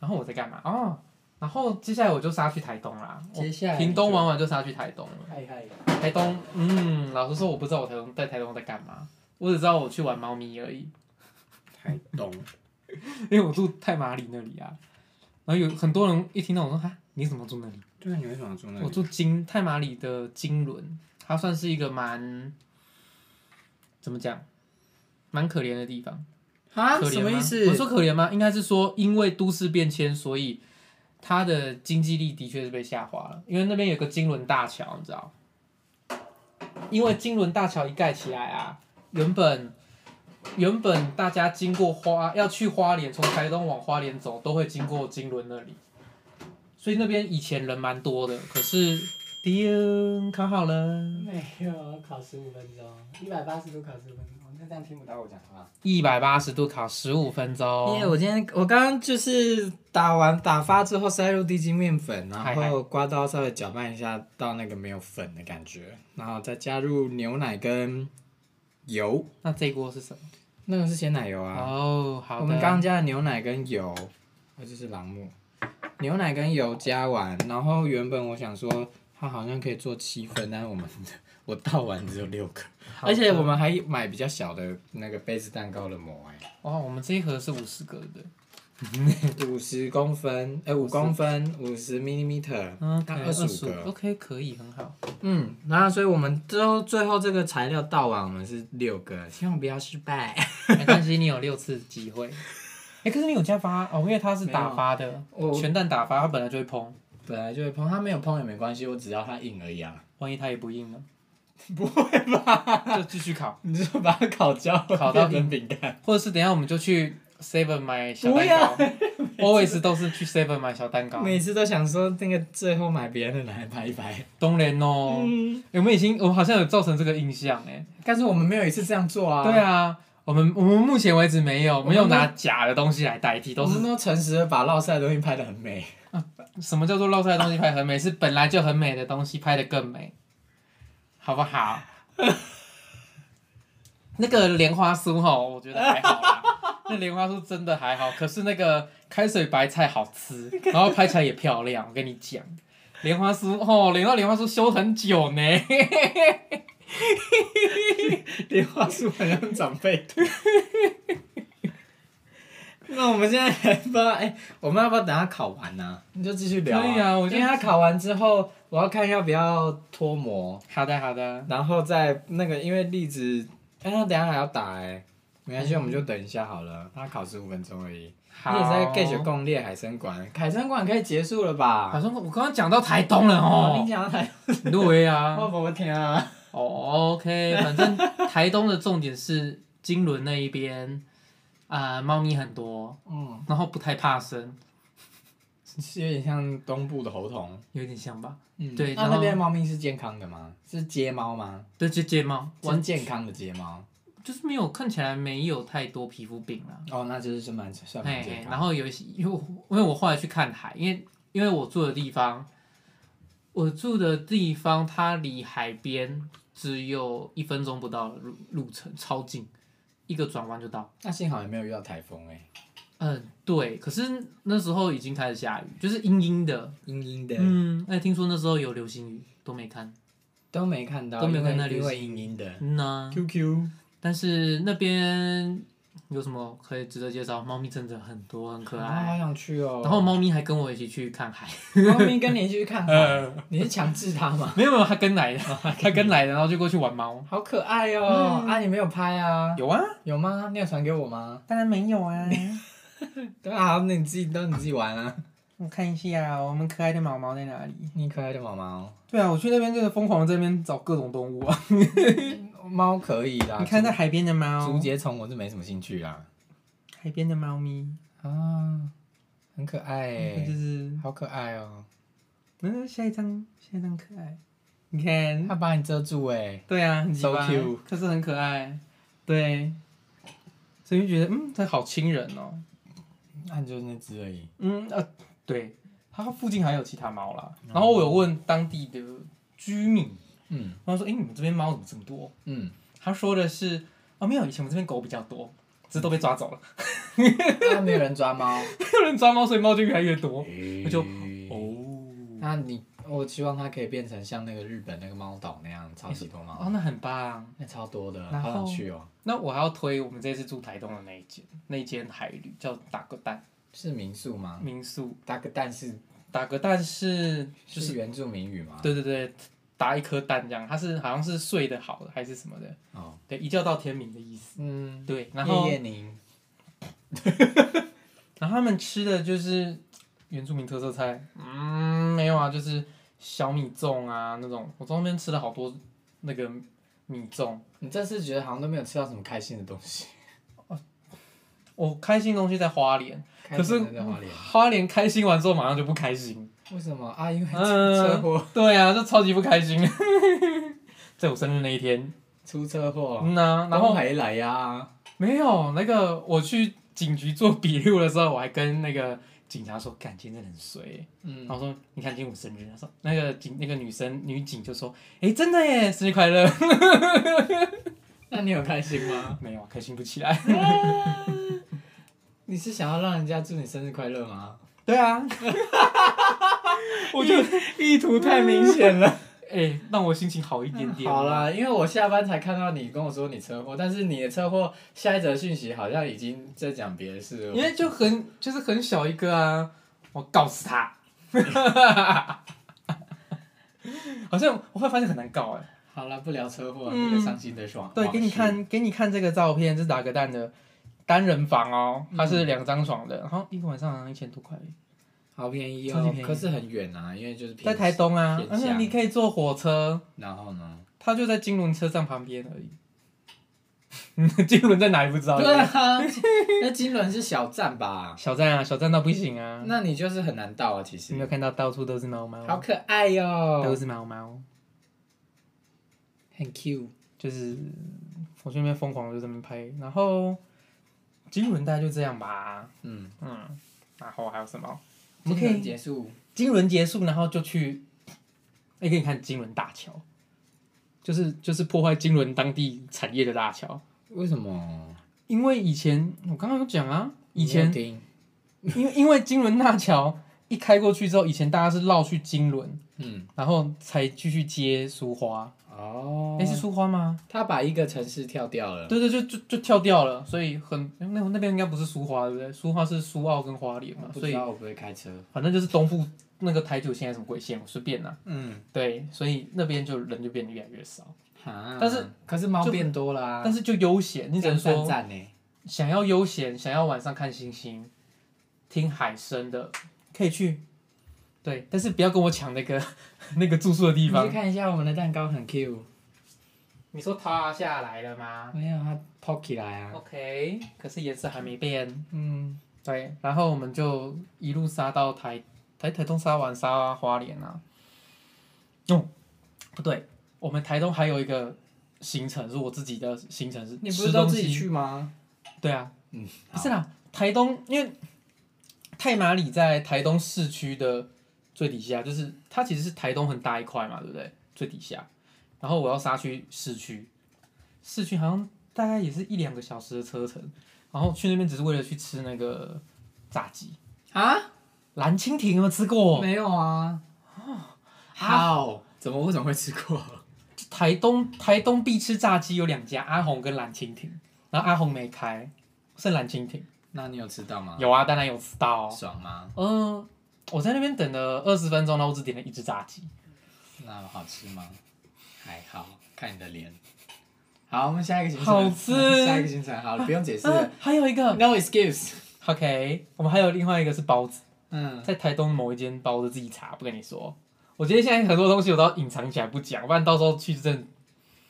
S1: 然后我在干嘛？哦，然后接下来我就杀去台东啦。我
S2: 接下来
S1: 屏
S2: 你
S1: 东
S2: 就
S1: 玩完就杀去台东了。
S2: 嗨嗨，
S1: 台东，嗯，老实说，我不知道我台东在台东在干嘛，我只知道我去玩猫咪而已，
S2: 台东，
S1: 因为我住太麻里那里啊。然后有很多人一听到我说哈，你怎么住那里？
S2: 对啊，你为什么住那
S1: 我
S2: 里？
S1: 住金泰马里的金轮，它算是一个蛮怎么讲，蛮可怜的地方。
S2: 啊
S1: 可怜吗我说可怜吗？应该是说，因为都市变迁，所以它的经济力的确是被下滑了。因为那边有个金轮大桥，你知道？因为金轮大桥一盖起来啊，原本原本大家经过花要去花莲，从台东往花莲走，都会经过金轮那里，所以那边以前人蛮多的。可是，叮，考好了，
S2: 没有，哎考十五分钟，一百八十度考十五分钟，哦那这样听不到我讲话。
S1: 一百八十度考十五分钟。
S2: 因为我今天我刚刚就是打完打发之后塞入低筋面粉，
S1: 嗨
S2: 然
S1: 嗨
S2: 后刮刀稍微搅拌一下到那个没有粉的感觉，然后再加入牛奶跟油，
S1: 那这一锅是什么？
S2: 那个是鲜奶油啊。
S1: 哦，好的。
S2: 我们刚加了牛奶跟油，呃，这是朗姆，牛奶跟油加完，然后原本我想说它好像可以做七份，但是我们 我倒完只有六个，
S1: 好的
S2: 而且我们还买比较小的那个杯子蛋糕的模、哎，
S1: 哇，哦我们这一盒是五十个的，
S2: 五十公分，嗯哎、五公分，五十 millimeter，
S1: 嗯，
S2: 大
S1: 大
S2: 概
S1: 概
S2: 25个
S1: 个，OK，可以，很好。
S2: 嗯，然后所以我们最后最后这个材料倒完，我们是六个，希望不要失败。
S1: 没关系，你有六次机会。哎、可是你有加发哦，因为它是打发的，
S2: 没有我
S1: 全蛋打发，它本来就会碰，
S2: 本来就会碰，它没有碰也没关系，我只要它硬而已啊。
S1: 万一它也不硬呢？
S2: 不会吧？
S1: 就继续烤，
S2: 你就 把它烤焦，
S1: 烤到
S2: 变成饼干。
S1: 或者是等一下我们就去 Seven 买小蛋糕，always 都是去 Seven 买小蛋糕。
S2: 每次都想说那个最后买别人的来拍一拍，
S1: 当然哦，
S2: 嗯
S1: 我们已经我们好像有造成这个印象哎、
S2: 但是我们没有一次这样做啊。
S1: 对，啊，我们我们目前为止没有
S2: 们
S1: 没有拿假的东西来代替，
S2: 我
S1: 都是
S2: 们都诚实的把落赛的东西拍的很美。
S1: 什么叫做露出来的东西拍得很美？是本来就很美的东西拍得更美，好不好？ 那个莲花酥哈，我觉得还好啦。那莲花酥真的 还好，可是那个开水白菜好吃，然后拍起来也漂亮。我跟你讲，莲花酥哦，莲到莲花酥修很久呢。
S2: 莲花酥好像长辈。 那我们现在来不知道，哎、我们要不要等它烤完呢、你就继续聊、
S1: 可以啊我
S2: 因
S1: 就
S2: 为它烤完之后，我要看要不要脱模，
S1: 好的好的，
S2: 然后再那个，因为栗子，哎、它等一下还要打哎、没关系，我们就等一下好了，它烤十五分钟而已。
S1: 好。
S2: 你也在 get 共列海参馆，海参馆可以结束了
S1: 好
S2: 吧？
S1: 像我刚刚讲到台东了
S2: 你
S1: 哦。
S2: 讲到台，
S1: 对
S2: 我
S1: 啊。
S2: 不会听啊。
S1: 哦，OK，反正台东的重点是金轮那一边，啊、猫咪很多，
S2: 嗯，
S1: 然后不太怕生，
S2: 是有点像东部的猴童。
S1: 有点像吧？
S2: 嗯
S1: 对
S2: 那
S1: 然后
S2: 那边猫咪是健康的吗？是街猫吗？
S1: 对，就睫毛，
S2: 是
S1: 完
S2: 健康的街猫。
S1: 就是没有看起来没有太多皮肤病啦。
S2: 哦，那就是算蛮算蛮
S1: 哎，
S2: 健
S1: 嘿
S2: 康。
S1: 然后有一些，因为我因为我后来去看海，因为因为我住的地方，我住的地方它离海边只有一分钟不到的路路程，超近，一个转弯就到。
S2: 那幸好也没有遇到台风哎，
S1: 嗯，对。可是那时候已经开始下雨，就是阴阴的。
S2: 阴阴的
S1: 嗯，哎，听说那时候有流星雨，都没看。
S2: 都没看到，
S1: 都没有
S2: 因为
S1: 看到流
S2: 因
S1: 星
S2: 为阴阴的。
S1: 嗯呐、
S2: QQ
S1: 但是那边有什么可以值得介绍？猫咪真的很多，很可
S2: 啊
S1: 爱。
S2: 好想去哦。
S1: 然后猫咪还跟我一起去看海。
S2: 猫咪跟你一起去看海，你是强制它 吗？
S1: 没有没有，他跟来的，他跟来的，然后就过去玩猫。
S2: 好可爱
S1: 嗯
S2: 哦！啊，你没有拍啊？
S1: 有啊，
S2: 有吗？你有传给我吗？
S1: 当然没有 啊。
S2: 对啊，那你自己都你自己玩啊。
S1: 我看一下，我们可爱的毛毛在哪里？
S2: 你可爱的毛毛，
S1: 对啊，我去那边就是疯狂的这边找各种动物啊。
S2: 猫可以的。
S1: 你看在海边的猫，
S2: 竹节虫，我是没什么兴趣啊啦。
S1: 海边的猫咪，
S2: 啊，很可爱
S1: 那就
S2: 欸，
S1: 是
S2: 好可爱哦、
S1: 嗯，下一张，下一张可爱。你看，
S2: 它把你遮住哎，
S1: 对啊，很
S2: So
S1: 奇怪
S2: cute
S1: 可是很可爱。对，所以就觉得嗯，它好亲人哦。
S2: 那就是那只而已。
S1: 嗯呃，对，它附近还有其他猫啦。然后我有问当地的居民，
S2: 嗯
S1: 然后说：“哎、你们这边猫怎么这么多
S2: 嗯，？”
S1: 他说的是：“哦，没有，以前我们这边狗比较多，只是都被抓走了，
S2: 那没有人抓猫，
S1: 没有人抓猫，所以猫就越来越多。”
S2: 我
S1: 我就
S2: 哦。
S1: 哦，
S2: 那你，我希望它可以变成像那个日本那个猫岛那样，超级多猫，
S1: 哦，那很棒。
S2: 那超多的，
S1: 然
S2: 好
S1: 后
S2: 想去哦。
S1: 那我还要推我们这次住台东的那一间，那一间海旅叫打个蛋
S2: 是民宿吗？
S1: 民宿。
S2: 打个蛋是
S1: 打个蛋是就是
S2: 是原住民语吗？
S1: 对对对，打一颗蛋这样，它是好像是睡得好的还是什么的，
S2: 哦，
S1: 对，一觉到天明的意思。
S2: 嗯，
S1: 对，然后
S2: 叶宁
S1: 然后他们吃的就是原住民特色菜，嗯，没有啊，就是小米粽啊那种。我在那边吃了好多那个米粽，
S2: 你这次觉得好像都没有吃到什么开心的东西，
S1: 我哦开心的东西在花莲，可是
S2: 开心的在花莲
S1: 花莲开心完之后马上就不开心，
S2: 为什么啊？因为
S1: 嗯
S2: 车祸，
S1: 对啊，就超级不开心。 在我生日那一天，
S2: 出车祸，
S1: 嗯呐、然
S2: 然后
S1: 后
S2: 还来啊呀。
S1: 没有那个我去警局做笔录的时候，我还跟那个警察说，感情真的很衰、
S2: 嗯，
S1: 然后说你看今天我生日，他说那个警那个女生女警就说，哎、真的耶，生日快乐。
S2: 那你有开心吗？
S1: 没有，啊，开心不起来。
S2: 你是想要让人家祝你生日快乐吗？
S1: 对啊， 我就
S2: 意图太明显了。
S1: 哎、让我心情好一点点。
S2: 嗯 好，啦，因为我下班才看到你跟我说你车祸，但是你的车祸下一则讯息好像已经在讲别的事了。
S1: 因为就很就是很小一个啊，我告死他。 好像我会发现很难告哎、
S2: 好了，不聊车祸，
S1: 嗯
S2: 那个伤心的爽。
S1: 对，
S2: 往
S1: 给你
S2: 事。
S1: 看，给你看这个照片，这是打个蛋的单人房哦，它
S2: 嗯
S1: 是两张床的，然后一个晚上好像一千多块而已，
S2: 好便宜
S1: 超级
S2: 哦
S1: 便，宜
S2: 可是很远啊，因为就是平
S1: 在台。东啊
S2: 偏，
S1: 而且
S2: 乡
S1: 你可以坐火车，
S2: 然后呢？
S1: 它就在金轮车站旁边而已。 金轮在哪里不知道？
S2: 对啊， 那金轮是小站吧？
S1: 小站啊，小站到不行啊！
S2: 那你就是很难到啊，其
S1: 有没有
S2: 实。
S1: 看到到处都是猫猫？
S2: 好可爱哦哟、
S1: 都是猫猫，
S2: 很 Q。
S1: 就是我去那边疯狂地就这么拍，然后金轮大概就这样吧，
S2: 嗯，
S1: 嗯，然后还有什么？我们
S2: 金
S1: 可
S2: 轮
S1: 以
S2: 结束。
S1: 金轮结束，然后就去，哎、给你看金轮大桥，就是就是破坏金轮当地产业的大桥，
S2: 为什么？
S1: 因为以前我刚刚有讲啊，以
S2: 你没有
S1: 前
S2: 听
S1: 因为因为金轮大桥一开过去之后，以前大家是绕去金轮，
S2: 嗯，
S1: 然后才继续接苏花。
S2: 哦
S1: 哎、，是苏花吗？
S2: 他把一个城市跳掉了，
S1: 对对，就就就跳掉了，所以很那那边应该不是苏花，对不对？苏花是苏澳跟花莲嘛，
S2: 不
S1: 所
S2: 知
S1: 以
S2: 道我不会开车。
S1: 反正就是东部那个台九线还是什么鬼线，我随便啦、
S2: 嗯，
S1: 对，所以那边就人就变得越来越少，
S2: 哈，
S1: 但是
S2: 可是猫
S1: 就
S2: 变多了啊，
S1: 但是就悠闲，你只能
S2: 这样
S1: 说
S2: 赞赞欸呢。
S1: 想要悠闲，想要晚上看星星、听海声的，可以去。对，但是不要跟我抢那个 那个住宿的地
S2: 你
S1: 方
S2: 去。看一下我们的蛋糕很 Q，
S1: 你说塌下来了吗
S2: 没有它 p o 起来啊。
S1: ？OK，可是颜色还没变。
S2: 嗯，
S1: 对，然后我们就一路杀到台台台东杀完杀花莲啊。哦，不对，我们台东还有一个行程是我自己的行程是
S2: 你不
S1: 吃
S2: 是都
S1: 东
S2: 自己
S1: 西
S2: 去吗？
S1: 对啊，
S2: 嗯，
S1: 不是啦，台东因为太麻里在台东市区的最底下，就是它其实是台东很大一块嘛，对不对？最底下，然后我要杀去市区，市区好像大概也是一两个小时的车程，然后去那边只是为了去吃那个炸鸡，
S2: 啊，
S1: 蓝蜻蜓有没有吃过？
S2: 没有 啊。好，怎么为什么会吃过？
S1: 台东台东必吃炸鸡有两家，阿红跟蓝蜻蜓，然后阿红没开，剩蓝蜻蜓。
S2: 那你有吃到吗？
S1: 有啊，当然有吃到、哦。
S2: 爽吗？
S1: 嗯，我在那边等了二十分钟，然后我只点了一只炸鸡。
S2: 那好吃吗？还好，看你的脸。好，我们下一个行程。
S1: 好吃
S2: 下一个行程，好了，不用解释
S1: 啊
S2: 了。，
S1: 还有一个
S2: No excuse。
S1: ，OK，我们还有另外一个是包子，
S2: 嗯，
S1: 在台东某一间包子自己查，不跟你说。我觉得现在很多东西我都要隐藏起来不讲，不然到时候去真的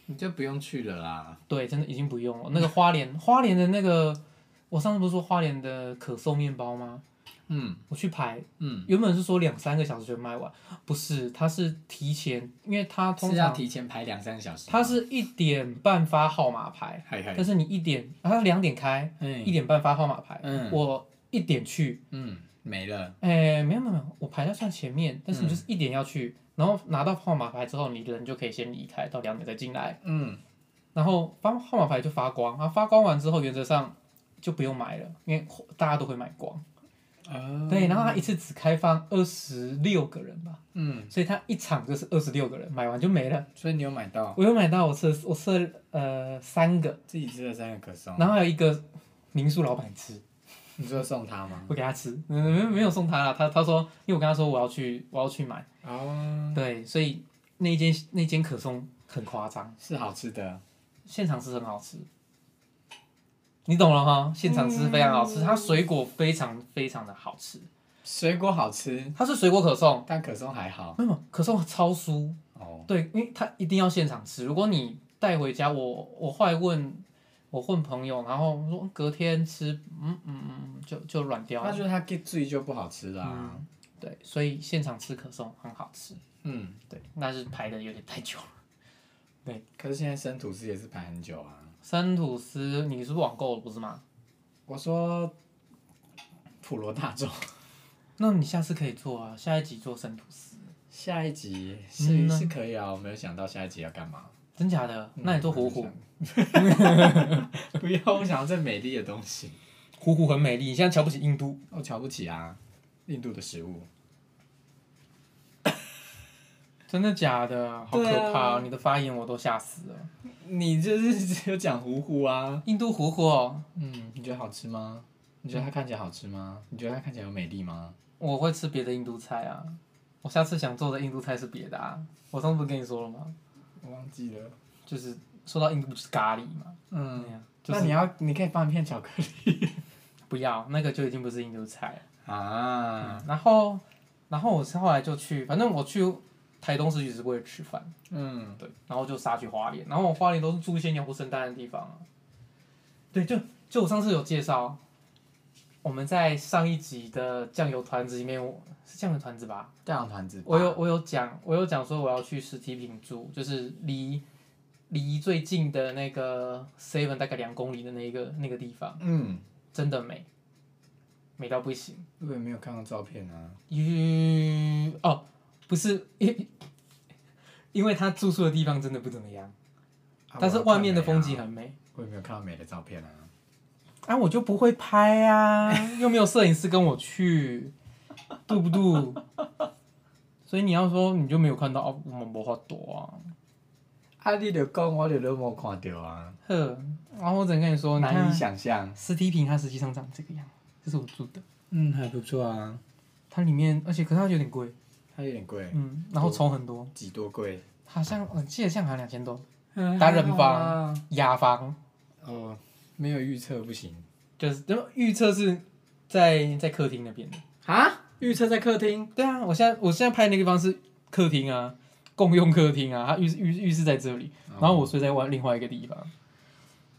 S2: 你就不用去了啦。
S1: 对，真的已经不用了。那个花 莲，花莲的那个，我上次不是说花莲的可颂面包吗？
S2: 嗯
S1: 我去排，
S2: 嗯，
S1: 原本是说两三个小时就卖完，不是，它是提前，因为它通
S2: 是要
S1: 常
S2: 提前排两三个小时吗。
S1: 它是一点半发号码牌，
S2: 嗨嗨
S1: 但，是你一点，啊它两点开，一
S2: 嗯
S1: 点半发号码牌，
S2: 嗯
S1: 我一点去，
S2: 嗯，没了。
S1: 哎、没有没有没有，我排在算前面，但是你
S2: 嗯
S1: 就是一点要去，然后拿到号码牌之后，你人就可以先离开，到两点再进来，
S2: 嗯，
S1: 然后发号码牌就发光，啊，发光完之后原则上就不用买了，因为大家都会买光，
S2: 哦
S1: 对，然后他一次只开放二十六个人吧，
S2: 嗯，
S1: 所以他一场就是二十六个人，买完就没了。
S2: 所以你有买到
S1: 我有买到，我吃了我吃了呃三个，
S2: 自己吃了三个可颂，
S1: 然后还有一个民宿老板吃。
S2: 你说送他吗？
S1: 我给他吃，没没没有送他啦，他他说，因为我跟他说我要去我要去买，
S2: 哦，
S1: 对，所以那一间那一间可颂很夸张，
S2: 是好吃的。
S1: 现场吃很好吃，你懂了哈，现场吃非常好吃，它水果非常非常的好吃，
S2: 水果好吃，
S1: 它是水果可颂，
S2: 但可颂还好
S1: 没有可颂超酥，
S2: 哦。
S1: 对，因为它一定要现场吃，如果你带回家，我我后来问我问朋友，然后说隔天吃，嗯嗯嗯，就就软掉
S2: 他
S1: 了，
S2: 说他给醉就不好吃啦、
S1: 嗯，对，所以现场吃可颂很好吃。
S2: 嗯，
S1: 对，那是排的有点太久了。
S2: 可是现在生吐司也是排很久啊。
S1: 生吐司你是网购的不是吗？
S2: 我说普罗大众，
S1: 那你下次可以做啊，下一集做生吐司，
S2: 下一集是、
S1: 嗯呢
S2: 是可以啊。我没有想到下一集要干嘛。
S1: 真假的？
S2: 嗯
S1: 那你做虎虎，
S2: 不要，我想要这美丽的东西。
S1: 虎虎很美丽，你现在瞧不起印度，
S2: 我瞧不起啊，印度的食物。
S1: 真的假的？好可怕、
S2: 对
S1: 哦！
S2: 啊
S1: 你的发言我都吓死了。
S2: 你就是只有讲糊糊啊。
S1: 印度虎虎哦，
S2: 嗯，你觉得好吃吗？你觉得它看起来好吃吗？你觉得它看起来有美丽吗？
S1: 我会吃别的印度菜啊。我下次想做的印度菜是别的啊。我上次不是跟你说了吗？
S2: 我忘记了。
S1: 就是说到印度就是咖喱嘛，
S2: 嗯，
S1: 那样就
S2: 那你
S1: 是
S2: 要你可以放一片巧克 力
S1: 不要那个就已经不是印度菜了。
S2: 啊。
S1: 嗯然后，然后我是后来就去，反正我去台东市区是为了吃饭，
S2: 嗯，
S1: 对，然后就杀去花莲，然后我花莲都是住一些鸟不生蛋的地方啊。对，就就我上次有介绍，我们在上一集的酱油团子里面，我是酱油团子吧？
S2: 蛋黄团子吧。
S1: 我有我有讲，我有讲说我要去实体品住，就是离离最近的那个 Seven 大概两公里的那一个那个地方，
S2: 嗯，
S1: 真的美，美到不行。
S2: 我也没有看到照片啊。
S1: 嗯，哦，不是，因 因为他住宿的地方真的不怎么样，
S2: 啊
S1: 但是外面的风景，
S2: 我要看美啊
S1: 很美。
S2: 我也没有看到美的照片啊。
S1: 啊，我就不会拍啊，又没有摄影师跟我去。对不对？ 所以你要说你就没有看到啊，我们无法躲啊。
S2: 啊，你就讲，我就都无看到啊，
S1: 呵，然后我只能跟你说，你
S2: 难以
S1: 看
S2: 想象。
S1: 实体品它实际上长这个样，这是我住的，
S2: 嗯，还不错啊，
S1: 它里面而且可是它有点贵，
S2: 它有点贵，
S1: 嗯，然后虫很多，
S2: 几多贵？
S1: 好像我记得像好像两千多，单人房雅房
S2: 哦，没有预测不行
S1: 就是，然后预测是在在客厅那边的。
S2: 啊！预测在客厅，
S1: 对啊，我现在我现在拍那个地方是客厅啊，共用客厅啊，它浴浴浴室在这里，
S2: 哦
S1: 然后我睡在外另外一个地方，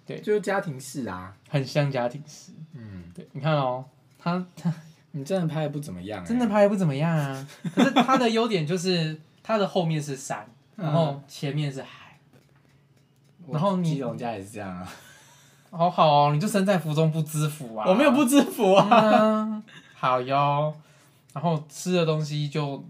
S2: 就是家庭式啊。
S1: 很像家庭式。
S2: 嗯，
S1: 对，你看哦，它它
S2: 你真的拍的不怎么样、欸，
S1: 真的拍得不怎么样啊，可是它的优点就是它的后面是山，
S2: 嗯
S1: 然后前面是海，
S2: 我
S1: 然后你
S2: 基隆家也是这样啊，
S1: 好好哦，你就身在福中不知福啊。
S2: 我没有不知福啊。
S1: 嗯啊，好哟。然后吃的东西就，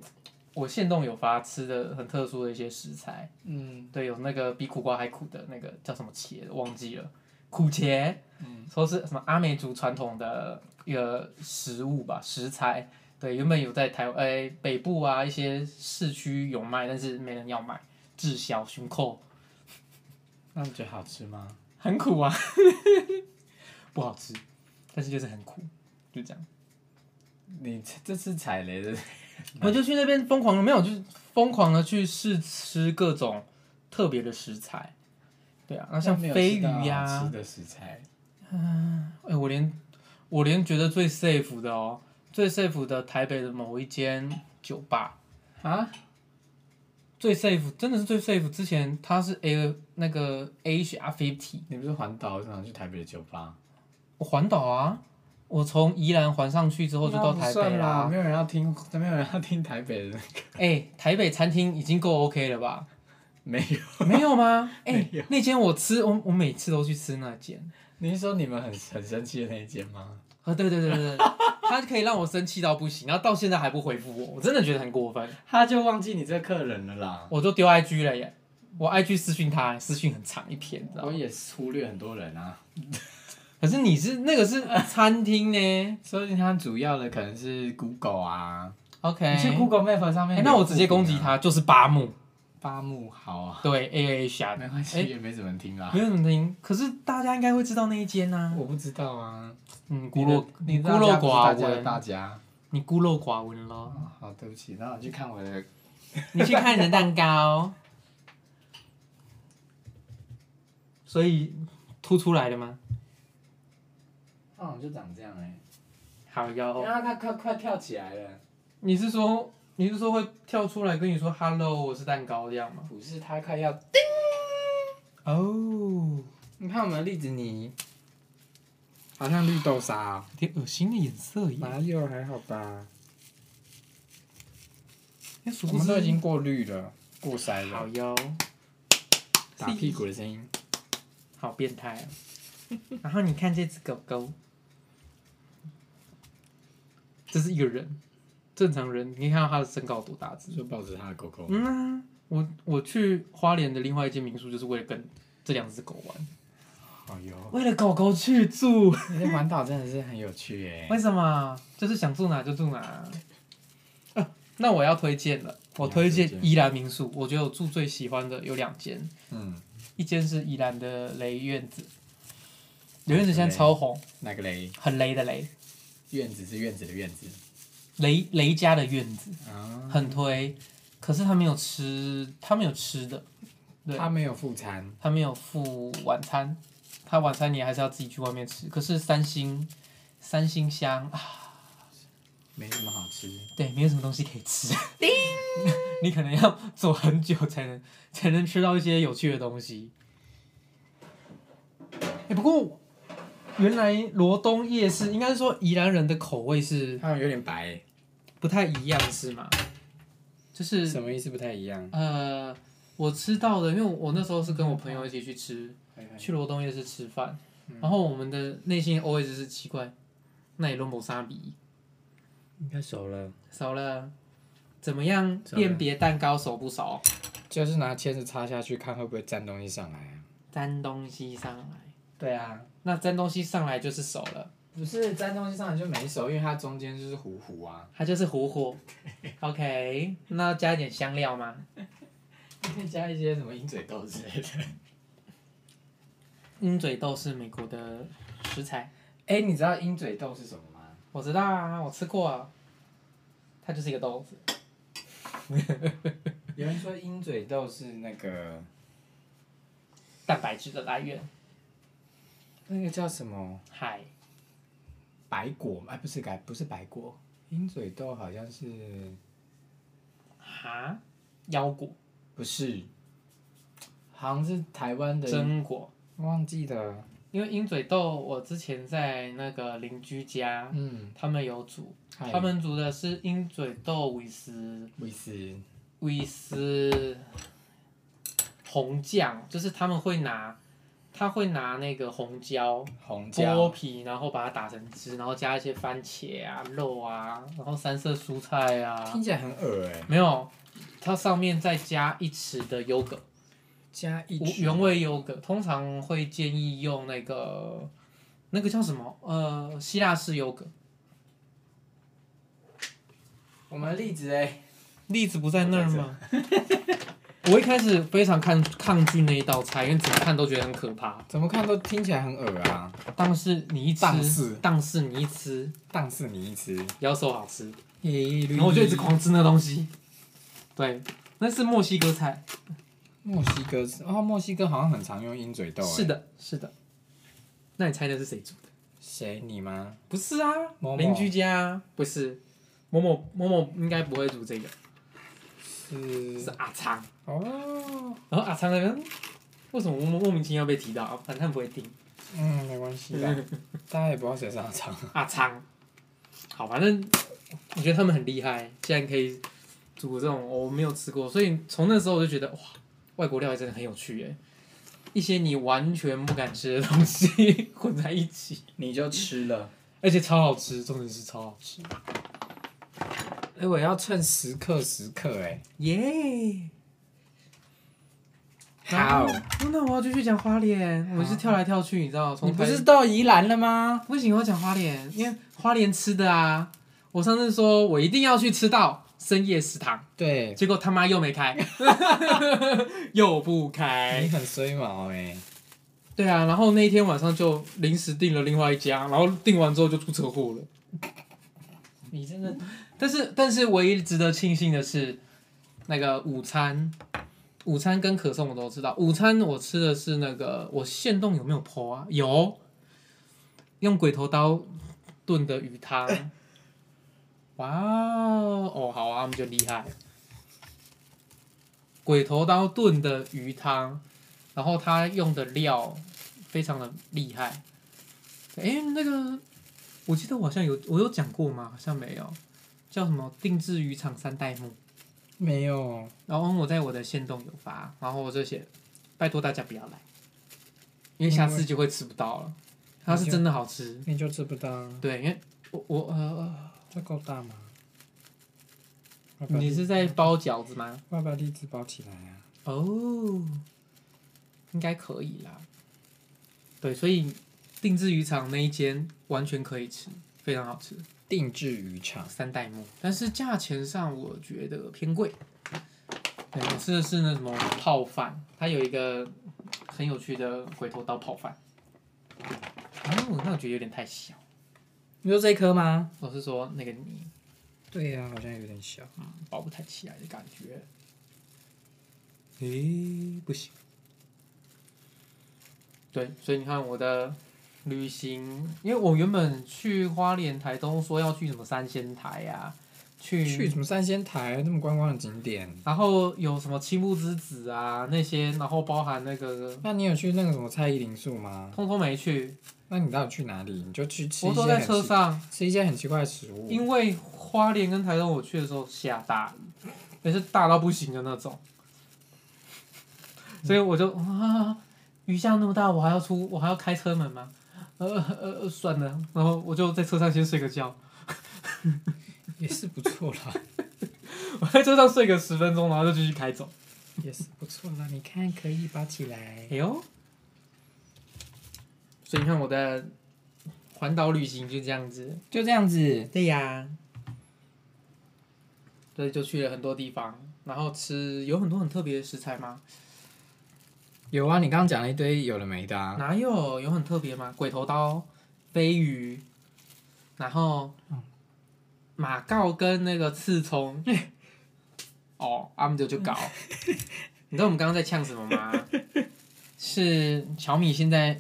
S1: 我现动有发吃的很特殊的一些食材，
S2: 嗯，
S1: 对，有那个比苦瓜还苦的那个叫什么茄，忘记了，苦茄，
S2: 嗯
S1: 说是什么阿美族传统的一个食物吧，食材。对，原本有在台呃北部啊一些市区有卖，但是没人要买，滞销熊扣，
S2: 那你觉得好吃吗？
S1: 很苦啊，不好吃，但是就是很苦，就这样。
S2: 你这这是踩雷的，
S1: 我就去那边疯狂的，没有，就是疯狂的去试吃各种特别的食材。对啊，那像
S2: 没有
S1: 飞鱼
S2: 吃到好
S1: 呀、
S2: 吃的食材，
S1: 哎、我连我连觉得最 safe 的哦，最 safe 的台北的某一间酒吧，
S2: 啊，
S1: 最 safe 真的是最 safe。之前它是 A 那个 HR fifty，
S2: 你不是环岛，想去台北的酒吧？
S1: 我环岛啊，我从宜兰环上去之后就到台北
S2: 啦，
S1: 啦。
S2: 没有人要听，没有人要听台北的，
S1: 哎、台北餐厅已经够 OK 了吧？
S2: 没有。
S1: 没有 吗？哎、
S2: 没
S1: 那间我吃，我我每次都去吃那间。
S2: 你是说你们很很生气的那一间吗？
S1: 啊，对对对对对， 他可以让我生气到不行，然后到现在还不回复我，我真的觉得很过分，
S2: 他就忘记你这客人了啦。
S1: 我就丢 IG 了耶，我 IG 私讯他，私讯很长一篇，你知道
S2: 我
S1: 吗？
S2: 也是忽略很多人啊，
S1: 可是你是那个 是餐厅呢
S2: 所以他主要的可能是 Google 啊，
S1: ，OK，
S2: 你去 Google Map 上面、
S1: 哎那我直接攻击。他，就是八木，
S2: 八木好啊，
S1: 对 A A 侠，
S2: 没关系，
S1: 哎
S2: 也没什么人听啦。
S1: 没有人听，可是大家应该会知道那一间呐、
S2: 我不知道啊，
S1: 嗯，孤陋
S2: 你的
S1: 孤陋寡
S2: 你的大家不是
S1: 闻，
S2: 大家
S1: 你孤陋寡闻咯
S2: 不是大，家。哦好，对不起，那我去看我的。
S1: 你去看你的蛋 糕，所以凸出来了吗？
S2: 哦，就长这样哎、
S1: 好哟。
S2: 欸，然后它快快跳起来了。
S1: 你是说你是说会跳出来跟你说 “hello，我是蛋糕”这样吗？
S2: 不是，它快要。
S1: 哦，
S2: 你看我们的栗子泥，好像绿豆沙、啊。
S1: 有点恶心的颜色耶。
S2: 有还好吧？
S1: 哎，殊
S2: 我
S1: 不
S2: 们
S1: 知
S2: 都已经过滤了，过筛
S1: 好
S2: 了，
S1: 哟，
S2: 打屁股的声音。
S1: 好变态啊！ 然后你看这只狗狗，这是一个人，正常人，你可以看到它的身高有多大只。
S2: 就抱着他的狗狗。
S1: 嗯啊，我我去花莲的另外一间民宿，就是为了跟这两只狗玩，
S2: 哎呦，
S1: 为了狗狗去住。
S2: 你的环岛真的是很有趣耶
S1: 为。什么？就是想住哪就住哪、啊。那我要推荐了，我推荐宜兰民宿。我觉得我住最喜欢的有两间，
S2: 嗯，
S1: 一间是宜兰的雷院子，雷院子现在超红，
S2: 那个雷？
S1: 很雷的雷，
S2: 院子是院子的院子。
S1: 雷雷家的院子
S2: 啊。
S1: 很推，可是他没有吃，他没有吃的，对
S2: 他没有副餐，
S1: 他没有付晚餐，他晚餐你还是要自己去外面吃。可是三星三星乡啊，
S2: 没什么好吃。
S1: 对，没有什么东西可以吃。 你可能要走很久才能才能吃到一些有趣的东西。哎、不过原来罗东夜市应该说宜兰人的口味是
S2: 他们有点白耶，
S1: 不太一样，是吗？就是
S2: 什么意思不太一样？
S1: 呃，我吃到的，因为我那时候是跟我朋友一起去吃，
S2: 哎
S1: 去罗东夜市吃饭，
S2: 嗯
S1: 然后我们的内心 always 是奇怪，那也都谋杀比
S2: 应该熟了，
S1: 熟了，怎么样
S2: 熟了
S1: 辨别蛋糕熟不熟？
S2: 就是拿签子插下去，看会不会沾东西上来啊。
S1: 沾东西上来，
S2: 对啊，
S1: 那沾东西上来就是熟了。
S2: 不是沾东西上来就没熟，因为它中间就是糊糊啊。
S1: 它就是糊糊。OK，那加一点香料吗？
S2: 可以加一些什么鹰嘴豆之类的。
S1: 鹰嘴豆是美国的食材，
S2: 哎、你知道鹰嘴豆是什么吗？
S1: 我知道啊，我吃过啊。它就是一个豆子，
S2: 有人说鹰嘴豆是那个
S1: 蛋白质的来源，
S2: 那个叫什么
S1: 海
S2: 白果吗？哎，不是白，不是白果，鹰嘴豆好像是
S1: 哈腰果、
S2: 不是？好像是台湾的，
S1: 榛果。
S2: 忘记了。
S1: 因为鹰嘴豆，我之前在那个邻居家，
S2: 嗯，
S1: 他们有煮，
S2: 嗨
S1: 他们煮的是鹰嘴豆维斯
S2: 威斯，
S1: 威斯红酱，就是他们会拿，他会拿那个红椒
S2: 红
S1: 剥
S2: 椒，
S1: 皮，然后把它打成汁，然后加一些番茄啊、肉啊，然后三色蔬菜啊，
S2: 听起来很恶哎、
S1: 没有，它上面再加一匙的优格，
S2: 加一
S1: 无
S2: 匙
S1: 原味优格，通常会建议用那个那个叫什么？呃，希腊式优格。
S2: 我们的栗子哎、
S1: 栗子不在那儿吗？我一开始非常抗抗拒那一道菜，因为怎么看都觉得很可怕。
S2: 怎么看都听起来很恶啊！
S1: 但是你一吃，
S2: 但是
S1: 但是你一吃，
S2: 但是你一吃，
S1: 妖兽好吃，
S2: 然
S1: 然后我就一直狂吃那东西。对，那是墨西哥菜。
S2: 墨西哥是哦，墨西哥好像很常用鹰嘴豆、欸。
S1: 是，的，是的。那你猜那是谁煮的？
S2: 谁你吗？
S1: 不是啊
S2: 某某
S1: 邻居家啊不是。某某某某应该不会煮这个，是
S2: 是
S1: 阿昌。
S2: 哦，
S1: 然后阿昌那边嗯为什么莫莫名其妙被提到？哦反正他们不会听。
S2: 嗯，没关系 啦，大家也不知道谁上场。
S1: 阿昌，好，反正我觉得他们很厉害，竟然可以煮这种我没有吃过，所以从那时候我就觉得哇，外国料理真的很有趣耶，一些你完全不敢吃的东西 混在一起，
S2: 你就吃了。
S1: 而且超好吃，重点是超好吃，
S2: 哎、我要趁时刻时刻哎、
S1: 耶、
S2: 好，
S1: 那我要继续讲花莲，我是跳来跳去，你知道，
S2: 你
S1: 从
S2: 不
S1: 台
S2: 是到宜兰了吗？
S1: 不行，我要讲花莲，因为花莲吃的啊，我上次说我一定要去吃到深夜食堂。
S2: 对，
S1: 结果他妈又没开， 又不
S2: 你
S1: 开。
S2: 很衰毛哎、
S1: 对啊，然后那一天晚上就临时订了另外一家，然后订完之后就出车祸了。
S2: 你真的
S1: 但是，但是唯一值得庆幸的是，那个午餐，午餐跟可颂我都知道。午餐我吃的是那个，我现冻有没有剖啊？有，用鬼头刀炖的鱼汤。哇哦，哦好啊，我们就厉害。鬼头刀炖的鱼汤，然后他用的料非常的厉害。诶，那个我记得我好像有我有讲过吗？好像没有。叫什么定制渔场三代目，
S2: 没有，
S1: 然后我在我的线动有发，然后我就写拜托大家不要来，因为下次就会吃不到了。它是真的好吃，
S2: 你就吃不到，
S1: 对，因为我我呃，
S2: 这够大吗？我把
S1: 你
S2: 栗
S1: 是在包饺子吗？
S2: 我把栗子包起来啊。
S1: 哦，应该可以啦。对，所以定制渔场那一间完全可以吃，非常好吃，
S2: 定制渔场，
S1: 三代目，但是价钱上我觉得偏贵。对，我吃的是那什么泡饭，它有一个很有趣的回头刀泡饭。哦，那我觉得有点太小。
S2: 你说这颗吗？
S1: 我是说那个泥，
S2: 对呀、好像有点小。
S1: 嗯，包不太起来的感觉。
S2: 哎
S1: 诶、不行。对，所以你看我的旅行，因为我原本去花莲、台东说要去什么三仙台呀、去
S2: 去什么三仙台那啊么观光的景点？
S1: 然后有什么青木之子啊那些，然后包含那个
S2: 那你有去那个什么蔡依林树吗？
S1: 通通没去，
S2: 那你到底去哪里？你就去吃
S1: 我
S2: 一些
S1: 都在
S2: 很
S1: 车
S2: 奇
S1: 上，
S2: 吃一些很奇怪的食物。
S1: 因为花莲跟台东我去的时候下大雨，也是大到不行的那种，所以我就啊，雨下那么大，我还要出，我还要开车门吗？呃呃呃，算了，然后我就在车上先睡个觉，
S2: 也是不错啦，
S1: 我在车上睡个十分钟，然后就继续开走。
S2: 也是不错啦。你看可以包起来
S1: 哎。呦，所以你看我的环岛旅行就这样子。
S2: 就这样子。
S1: 对呀，所以就去了很多地方，然后吃有很多很特别的食材吗？
S2: 有啊，你刚刚讲了一堆有的没的啊。
S1: 哪有有很特别吗？鬼头刀、飞鱼，然后
S2: 嗯
S1: 马告跟那个刺葱， 哦，阿姆就就 搞。你知道我们刚刚在呛什么吗？是小米现在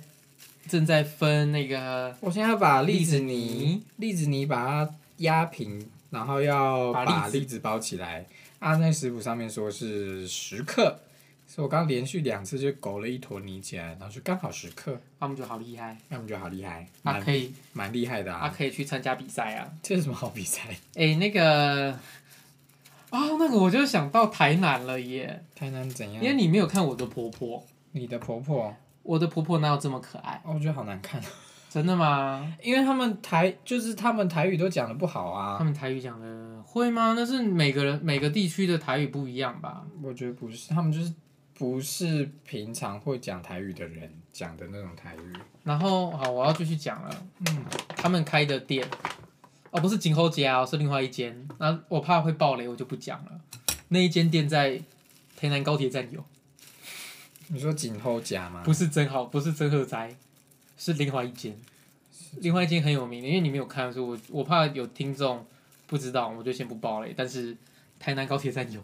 S1: 正在分那个
S2: 我现在把栗
S1: 栗子
S2: 子泥
S1: 泥，
S2: 栗子泥把它压平，然后要
S1: 把
S2: 把
S1: 栗子
S2: 栗子包起来。啊，那食谱上面说是十克，所以我刚连续两次就勾了一坨泥起来，然后就刚好十克，
S1: 阿姆就好厉害，
S2: 那我们就好厉害，
S1: 他
S2: 蛮
S1: 可以
S2: 蛮厉害的
S1: 他
S2: 啊！
S1: 可以去参加比赛啊。
S2: 这有什么好比赛？
S1: 诶，那个。哦，那个我就想到台南了耶，
S2: 台南怎
S1: 因为
S2: 样？
S1: 你没有看我的婆婆，
S2: 你的婆婆，
S1: 我的婆婆哪有这么可爱？
S2: 哦，我觉得好难看，
S1: 真的吗？
S2: 因为他们台就是他们台语都讲的不好
S1: 他
S2: 啊，
S1: 们台语讲的会吗？那是每个人每个地区的台语不一样吧？
S2: 我觉得不是，他们就是不是平常会讲台语的人讲的那种台语。
S1: 然后好，我要继续讲了。嗯，他们开的店，哦，不是锦后街啊，是另外一间。那我怕会爆雷，我就不讲了。那一间店在台南高铁站有，
S2: 你说锦后家吗？
S1: 不是真好，不是真鹤斋，是另外一间。另外一间很有名的，因为你没有看，所以我我怕有听众不知道，我就先不爆雷。但是台南高铁站有，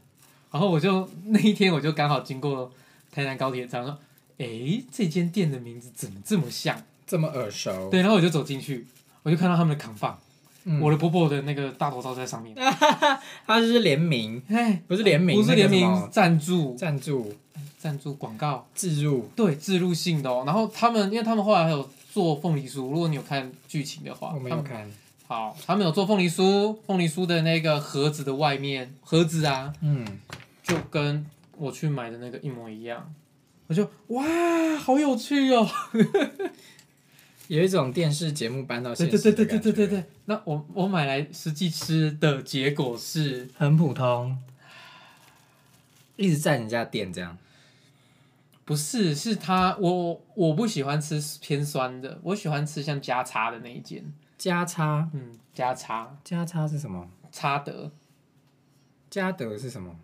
S1: 然后我就那一天我就刚好经过台南高铁站，说，诶，这间店的名字怎么这么像？
S2: 这么耳熟，
S1: 对，然后我就走进去，我就看到他们的扛放，
S2: 嗯
S1: 我的婆婆的那个大头照在上面，
S2: 它就是联名，
S1: 哎，
S2: 不是联名，
S1: 不是联
S2: 那个什
S1: 名
S2: 么
S1: 赞助
S2: 赞助
S1: 赞助广告，
S2: 置入，
S1: 对，植入性的哦。然后他们，因为他们后来还有做凤梨酥，如果你有看剧情的话
S2: 我，没
S1: 他
S2: 有
S1: 们
S2: 看，
S1: 好，他们有做凤梨酥，凤梨酥的那个盒子的外面，盒子啊，
S2: 嗯，
S1: 就跟我去买的那个一模一样。我就哇，好有趣哦！
S2: 有一种电视节目搬到
S1: 对
S2: 现
S1: 对
S2: 实
S1: 对
S2: 的
S1: 对
S2: 感
S1: 对
S2: 觉，
S1: 对对对。那我我买来实际吃的结果是，
S2: 很普通，一直在人家店这样，
S1: 不是是它我我不喜欢吃偏酸的，我喜欢吃像加叉的那一间，
S2: 加差
S1: 嗯，加叉
S2: 加差是什么？
S1: 叉德
S2: 加德是什么？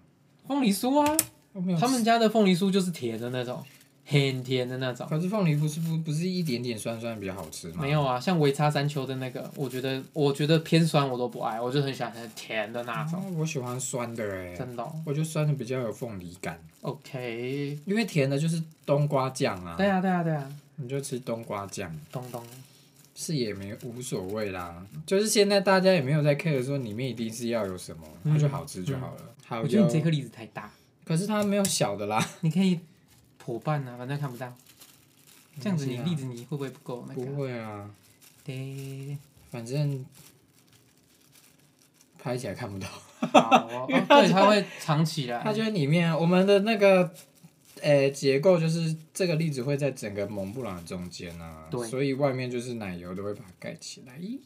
S1: 凤梨酥啊，
S2: 我没有
S1: 他们家的凤梨酥就是甜的那种，很甜的那种。
S2: 可是凤梨不是不不是一点点酸酸比较好吃吗？
S1: 没有啊，像维差山丘的那个，我觉得我觉得偏酸我都不爱，我就很喜欢很甜的那种，
S2: 哦我喜欢酸的哎、
S1: 真的哦、
S2: 我觉得酸的比较有凤梨感，
S1: OK，
S2: 因为甜的就是冬瓜酱啊，
S1: 对啊对啊对啊，
S2: 你就吃冬瓜酱。
S1: 咚咚，
S2: 是也没无所谓啦，就是现在大家也没有在 care 说里面一定是要有什么，
S1: 嗯
S2: 它就好吃就好了。好
S1: 我觉得
S2: 哟
S1: 你，这颗栗子太大，
S2: 可是它没有小的啦，
S1: 你可以破半啊，反正看不到。 这样子你
S2: 没关系啊
S1: 栗子泥会不会不够那
S2: 嗯不
S1: 个啊？
S2: 会啊，
S1: 对，
S2: 反正拍起来看不到，
S1: 好哦，哦
S2: 因为它
S1: 对，它会藏起来。
S2: 它就在里面。啊我们的那个呃、结构就是这个栗子会在整个蒙布朗的中间啊，
S1: 对
S2: 所以外面就是奶油都会把它盖起来。咦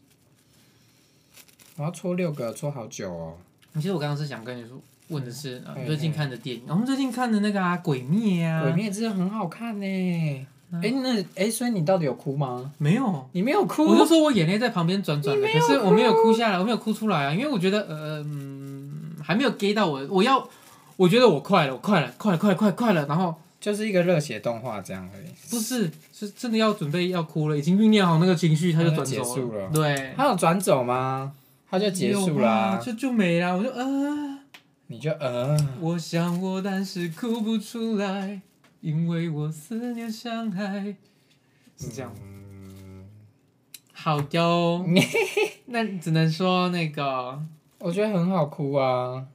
S2: 我要搓六个，搓好久哦。
S1: 你其实我刚刚是想跟你说，问的是、呃
S2: 嗯嘿
S1: 最近
S2: 嘿
S1: 看的电影，我们最近看的那个啊，《鬼灭》啊，
S2: 鬼灭之刃很好看呢、哎、
S1: 嗯
S2: 那哎、所以你到底有哭吗？
S1: 没有。
S2: 你没有哭，
S1: 我就说我眼泪在旁边转转的，可是我没有哭啊下来，我没有哭出来啊，因为我觉得呃嗯还没有 get 到我，我要我觉得我快了，我快了，快了，快了，快了，快了，然后
S2: 就是一个热血动画这样而已。
S1: 不是是真的要准备要哭了，已经酝酿好那个情绪，他就转
S2: 结
S1: 走
S2: 束 了
S1: 对，
S2: 他有转走吗？他就结束
S1: 有
S2: 啦、
S1: 吧啊就就没啦，我就啊，
S2: 你就呃，
S1: 我想我但是哭不出来，因为我思念伤害，是这样。
S2: 嗯，
S1: 好 哟，那只能说那个
S2: 我觉得很好哭啊。
S1: 嗯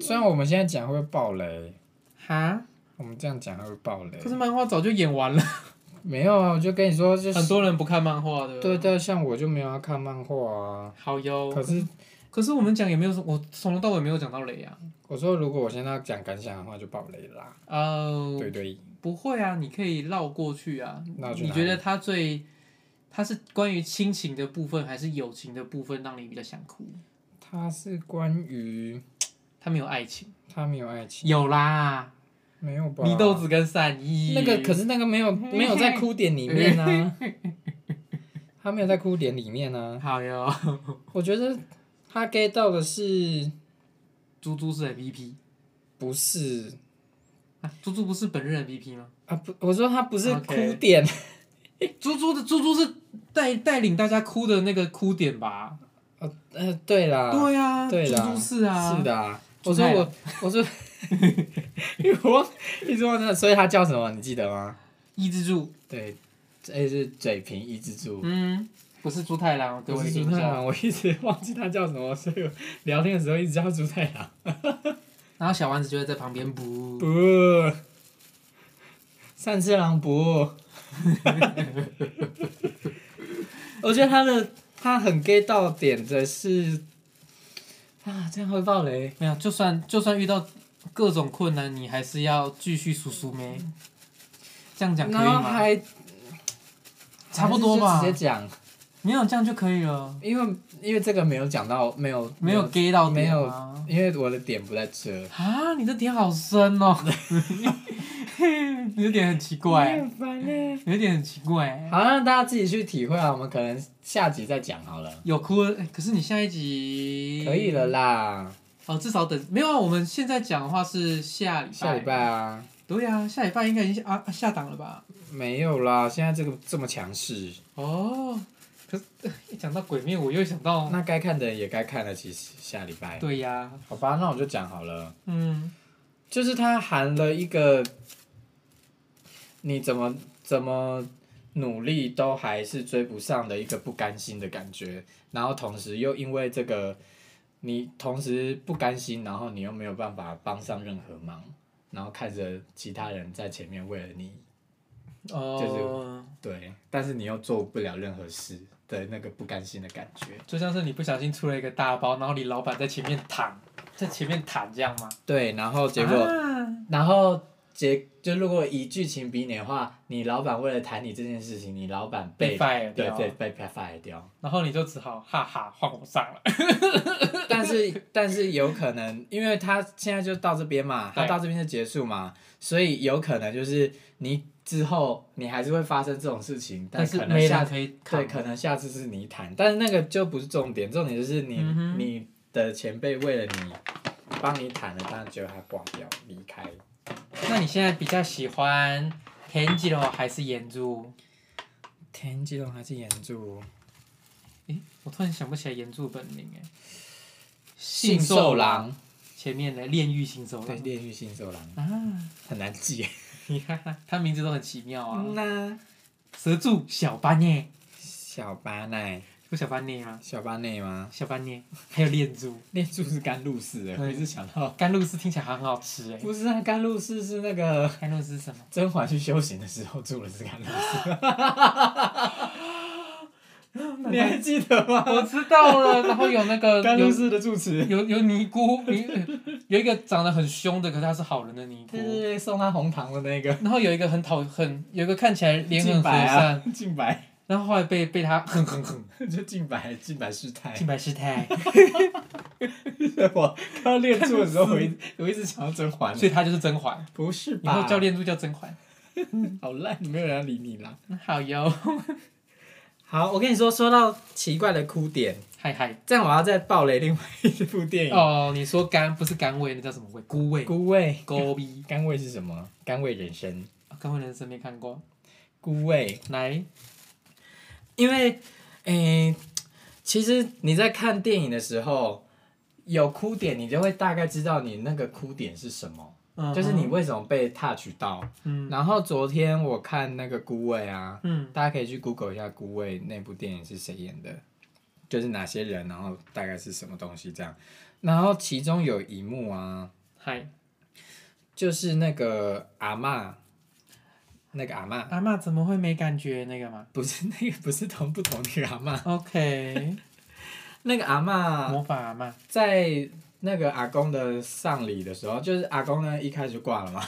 S2: 虽然我们现在讲会爆雷，
S1: 哈，
S2: 我们这样讲会爆雷
S1: 可。是漫画早就演完了。
S2: 没有啊，我就跟你说，就是
S1: 很多人不看漫画的。
S2: 对对，像我就没有要看漫画啊。
S1: 好哟。
S2: 可是
S1: 可是我们讲也没有什么，我从头到尾没有讲到雷啊。
S2: 我说，如果我现在要讲感想的话，就爆雷啦。
S1: 哦、
S2: 对对，
S1: 不会啊，你可以绕过去啊。
S2: 绕去哪里
S1: 你觉得他最，他是关于亲情的部分还是友情的部分让你比较想哭？
S2: 它是关于
S1: 他没有爱情，
S2: 他没有爱情，
S1: 有啦，
S2: 没有吧？
S1: 祢豆子跟善意。
S2: 那个可是那个没有没有在哭点里面啊，他没有在哭点里面呢、
S1: 好哟，
S2: 我觉得他 get 到的是
S1: 猪猪是 MVP
S2: 不是
S1: 啊，猪猪不是本任 MVP 吗？
S2: 啊？不，我说他不是
S1: OK
S2: 哭点
S1: 猪猪的猪猪是带带领大家哭的那个哭点吧？
S2: 呃，对啦，
S1: 对啊，
S2: 对
S1: 猪
S2: 啦，
S1: 猪是啊，
S2: 是，的啊。
S1: 猪
S2: 我说
S1: 太
S2: 我，我说，因为 我一直忘了，所以他叫什么？你记得吗？
S1: 抑制住，
S2: 对，这是嘴平一只猪。
S1: 嗯，不是猪啊太郎，对
S2: 不
S1: 我
S2: 是
S1: 印
S2: 猪太
S1: 象。
S2: 郎，啊我一直忘记他叫什么，所以我聊天的时候一直叫猪太郎。
S1: 然后小丸子就会在旁边不，
S2: 啊不，三次郎不。我觉得他的他很 get 到点的是，啊，这样会爆雷。
S1: 没有，就算就算遇到各种困难，你还是要继续数数咩。这样讲可以
S2: 然后
S1: 吗？
S2: 还
S1: 差不多吧
S2: 还是就直接讲，
S1: 没有这样就可以了，
S2: 因为因为这个没有讲到，没有
S1: 没有 get 到
S2: 没
S1: 点
S2: 有
S1: 啊。，
S2: 因为我的点不在这。
S1: 啊，你的点好深哦， 你的点很奇怪，
S2: 很烦嘞。
S1: 你的点很奇怪。
S2: 好，让大家自己去体会啊，我们可能下集再讲好了。
S1: 有哭了，哎可是你下一集
S2: 可以了啦，
S1: 哦，至少等没有啊。我们现在讲的话是下礼拜，
S2: 下礼拜啊，
S1: 对呀、下礼拜应该已经下啊下档了吧？
S2: 没有啦，现在这个这么强势，
S1: 哦，可是一讲到鬼面，我又想到，
S2: 那该看的也该看了，其实下礼拜。
S1: 对呀、
S2: 好吧，那我就讲好了，
S1: 嗯，
S2: 就是他含了一个，你怎么怎么努力都还是追不上的一个不甘心的感觉，然后同时又因为这个，你同时不甘心，然后你又没有办法帮上任何忙，然后看着其他人在前面为了你
S1: 哦，
S2: 对，但是你又做不了任何事的那个不甘心的感觉。
S1: 就像是你不小心出了一个大包，然后你老板在前面躺，在前面躺这样吗？
S2: 对，然后结果，
S1: 啊
S2: 然后结就如果以剧情比拟的话，你老板为了谈你这件事情，你老板被
S1: 被 fire
S2: 对
S1: 掉，
S2: 对被被 fire 掉。
S1: 然后你就只好哈哈换我上了，
S2: 但是但是有可能，因为他现在就到这边嘛，他
S1: 对
S2: 到这边就结束嘛，所以有可能就是你之后你还是会发生这种事情，
S1: 但
S2: 可
S1: 是
S2: 能
S1: 没
S2: 下
S1: 人可以扛，
S2: 对，可能下次是你谈，但是那个就不是重点，重点就是你、
S1: 嗯哼
S2: 你的前辈为了你帮你谈了，但是结果他挂掉离开。
S1: 那你现在比较喜欢田吉龙还是岩柱？
S2: 田吉龙还是岩柱？
S1: 诶，我突然想不起来岩柱本名哎。
S2: 信受郎，
S1: 前面的炼狱信手
S2: 对，
S1: 郎嗯
S2: 炼狱信受郎
S1: 啊，
S2: 很难记。
S1: 你看他名字都很奇妙啊。
S2: 那
S1: 蛇柱小班耶，
S2: 小巴奈，
S1: 有小班耶吗？
S2: 小巴内吗？
S1: 小班耶，还有炼珠，
S2: 炼柱是甘露寺的，
S1: 嗯
S2: 我一直想到，
S1: 甘露寺听起来很好吃哎。
S2: 不是啊，甘露寺是那个
S1: 甘露寺是什么？
S2: 甄嬛去修行的时候住的是甘露 寺，你还记得吗？
S1: 我知道了，然后有那 个
S2: 甘露
S1: 有
S2: 寺的住持。
S1: 有有尼姑，尼 有一个长得很凶的，可是他是好人的尼姑
S2: 对。对对，送他红糖的那个，
S1: 然后有一个很讨很，有一个看起来脸很和
S2: 敬白啊
S1: 善，，
S2: 敬白，
S1: 然后后来被被他 哼哼哼，
S2: 就敬白，敬白师太。
S1: 敬白师 太，
S2: 我看到练柱的时候，我一我一直想到甄嬛，
S1: 所以他就是甄嬛。
S2: 不是
S1: 以
S2: 吧？
S1: 后教练助叫甄嬛。
S2: 好烂，没有人要理你啦。
S1: 好哟，
S2: 好，我跟你说，说到奇怪的哭点，
S1: 嗨嗨。
S2: 这样我要再爆雷另外一部电影。
S1: 哦，你说甘不是甘味，那叫什么味？菇味。
S2: 孤味，
S1: 勾逼。
S2: 甘味是什么？甘味人生，
S1: 啊甘味人生没看过，
S2: 孤味，
S1: 来。
S2: 因为，诶、其实你在看电影的时候，有哭点，你就会大概知道你那个哭点是什么。
S1: 嗯
S2: 就是你，为什么被 touch 到？
S1: 嗯
S2: 然后昨天我看那个《孤味》啊，
S1: 嗯，
S2: 大家可以去 Google 一下《孤味》那部电影是谁演的，就是哪些人，然后大概是什么东西这样。然后其中有一幕啊，
S1: 嗨，
S2: 就是那个阿嬷，那个阿嬷
S1: 阿妈怎么会没感觉那个嘛
S2: 不是 那个不是同不同的阿嬷，
S1: ？OK，
S2: 那个阿嬷
S1: 模仿阿妈，
S2: 在那个阿公的丧礼的时候，就是阿公呢一开始就挂了嘛，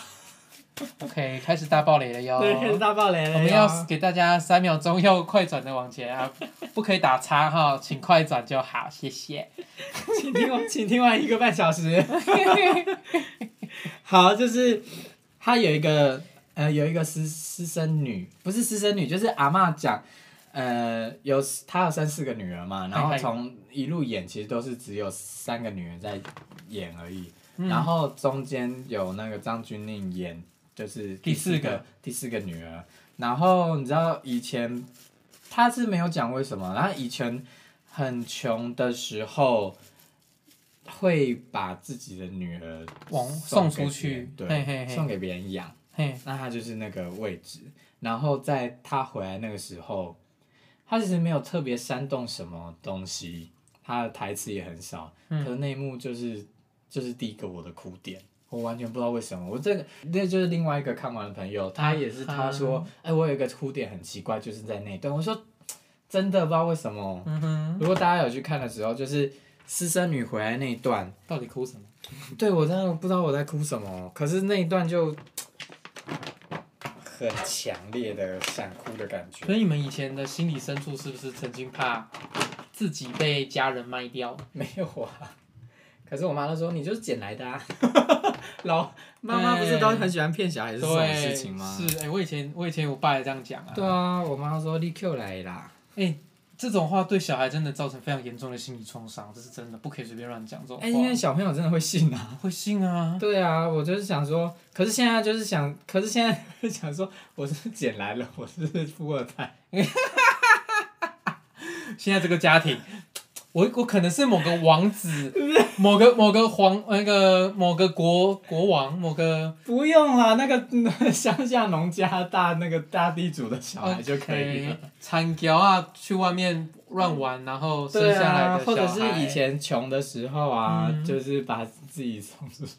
S1: OK，开始大爆雷了哟。
S2: 对，开始大爆雷了哟。
S1: 我们要给大家三秒钟要快转的往 前啊，不可以打叉哈，请快转就好，谢谢。
S2: 请听完，请听完一个半 小时。好，就是她有一个呃，有一个私私生女，不是私生女，就是阿嬷讲，呃，有他有三四个女儿嘛，然后
S1: 嗨嗨
S2: 从一路演其实都是只有三个女儿在演而已，
S1: 嗯
S2: 然后中间有那个张钧甯演就是
S1: 第四
S2: 个
S1: 个
S2: 第四个女儿，然后你知道以前他是没有讲为什么，然后以前很穷的时候会把自己的女儿
S1: 往
S2: 送
S1: 送出
S2: 给别人
S1: 去
S2: 对，
S1: 嘿嘿嘿
S2: 送给别人养。
S1: 嘿，
S2: 那他就是那个位置。然后在他回来那个时候，他其实没有特别煽动什么东西，他的台词也很少，
S1: 嗯
S2: 可是那一幕就是就是第一个我的哭点。我完全不知道为什么，我这个那就是另外一个看完的朋友，他也
S1: 啊
S2: 是他说，哎、我有一个哭点很奇怪，就是在那一段。我说真的不知道为什么。
S1: 嗯哼，
S2: 如果大家有去看的时候，就是私生女回来那一段，
S1: 到底哭什么？
S2: 对，我真的不知道我在哭什么，可是那一段就很强烈的想哭的感觉。
S1: 所以你们以前的心理深处是不是曾经怕自己被家人卖掉？
S2: 没有啊，可是我妈都说你就是捡来的啊。 老妈妈不是都很喜欢骗小孩子这种
S1: 对，
S2: 事情吗？
S1: 是，哎、我以前我以前我爸也这样讲啊。
S2: 对啊，我妈说你 Q 来啦。
S1: 哎、这种话对小孩真的造成非常严重的心理创伤，这是真的，不可以随便乱讲这种话。
S2: 哎、因为小朋友真的会 信啊。
S1: 会信啊，
S2: 对啊，我就是想说，可是现在就是想，可是现在 想说我是捡来了，我是富二代。
S1: 现在这个家庭，我我可能是某个王子， 某个某个皇那个某个国国王，某个
S2: 不用啦，那个嗯乡下农家大那个大地主的小
S1: 呃
S2: 孩就可以了。
S1: OK，惨条哎啊，去外面乱玩，然后生
S2: 对
S1: 下来
S2: 啊，
S1: 的
S2: 或者
S1: 小
S2: 是
S1: 孩
S2: 以前穷的时候啊，
S1: 嗯
S2: 就是把自己送出去。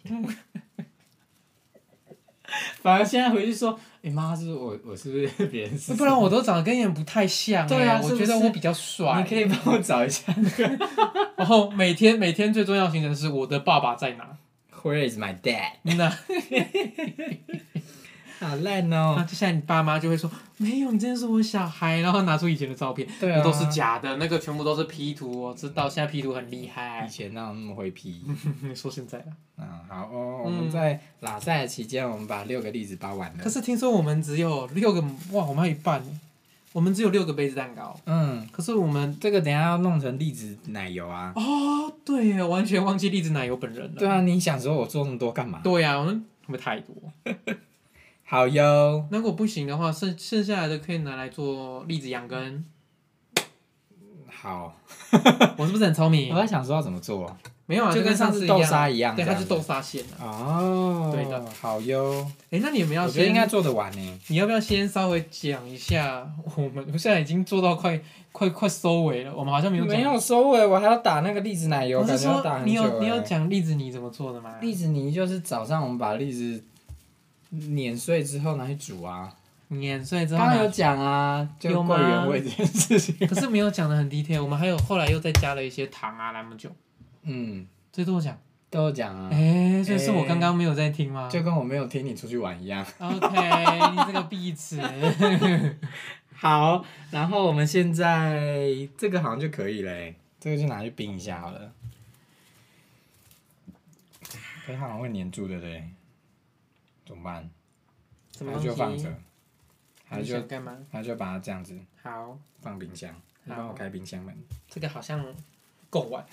S2: 反而现在回去说，你、妈是不是我我是不是别人是？
S1: 哎不然我都长得跟你们不太像、欸，
S2: 对啊
S1: 我觉
S2: 是
S1: 得
S2: 不是
S1: 我比较
S2: 你
S1: 帅。
S2: 可以帮我找一下那个
S1: 然后每天每天最重要的行程是我的爸爸在哪？
S2: Where is my dad？
S1: 那
S2: 好烂
S1: 然后
S2: 哦！
S1: 接下来你爸妈就会说没有，你真的是我小孩，然后拿出以前的照片，
S2: 对
S1: 那
S2: 啊，
S1: 都是。假的，那个全部都是 P 图，哦我知道现在 P 图很厉害
S2: 以。前哪有那么会 P？
S1: 说现在啊，
S2: 嗯，好哦，
S1: 嗯
S2: 我们在拉赛的期间，我们把六个例子包完
S1: 可
S2: 了。
S1: 是听说我们只有六个，哇，我们还有一半耶，我们只有六个杯子蛋糕，
S2: 嗯，
S1: 可是我们
S2: 这个等一下要弄成栗子奶油啊。
S1: 哦，对耶，完全忘记栗子奶油本人了。
S2: 对啊，你想说我做那么多干嘛？
S1: 对啊呀、我们会不会太多？
S2: 好哟，
S1: 如果不行的话，剩剩下来的可以拿来做栗子羊羹。
S2: 好。
S1: 我是不是很聪明
S2: 我？在想说要怎么做。
S1: 没有啊，
S2: 就跟上次
S1: 一
S2: 豆
S1: 样
S2: 沙一样
S1: 对，
S2: 这
S1: 它
S2: 样
S1: 是
S2: 子
S1: 豆沙馅的。
S2: 哦
S1: 对的。
S2: 好哟，
S1: 哎，那你们要
S2: 我觉得
S1: 先
S2: 应该做得完欸呢。
S1: 你要不要先稍微讲一下？我们我现在已经做到快快快收尾了，我们好像没有讲。
S2: 没有收尾，我还要打那个栗子奶油，
S1: 我
S2: 感
S1: 是
S2: 觉要打
S1: 说
S2: 很
S1: 你
S2: 久
S1: 有你有
S2: 欸
S1: 讲栗子泥怎么做的吗？
S2: 栗子泥就是早上我们把栗子碾碎之后拿去煮啊。
S1: 碾碎之后
S2: 刚刚有
S1: 呢，
S2: 讲啊，就
S1: 有吗
S2: 桂圆味这件事情。
S1: 可是没有讲的很 detail。我们还有后来又再加了一些糖啊、莱姆酒，
S2: 嗯，
S1: 这都有讲。
S2: 都有讲啊，
S1: 哎，所以是我刚刚没有在听吗
S2: 就跟我没有听你出去玩一样。
S1: ？OK，你这个壁纸。
S2: 好，然后我们现在这个好像就可以嘞、这个就拿去冰一下好了。可是它好像会粘住，对不对？怎么办？
S1: 什么
S2: 它
S1: 东
S2: 就放
S1: 西
S2: 着，它
S1: 你
S2: 就
S1: 想干嘛？
S2: 它就把它这样子
S1: 好，
S2: 放冰箱。你
S1: 好
S2: 帮我开冰箱门，
S1: 这个好像够晚。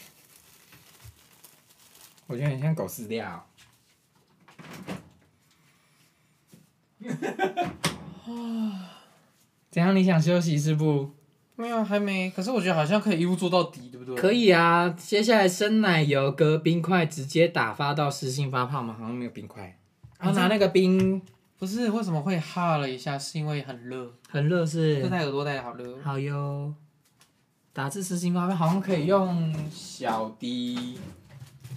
S2: 我觉得很像狗 饲料。怎样？你想休息是不？
S1: 没有，还没。可是我觉得好像可以一路做到底，对不对？
S2: 可以啊，接下来生奶油隔冰块直接打发到湿性发泡吗？好像没有冰块，然后拿那个冰
S1: 不是为什么会哈了一下，是因为很热，
S2: 很热
S1: 这
S2: 是
S1: 戴耳朵戴的好热。
S2: 好哟。打至湿性发泡好像可以用小滴，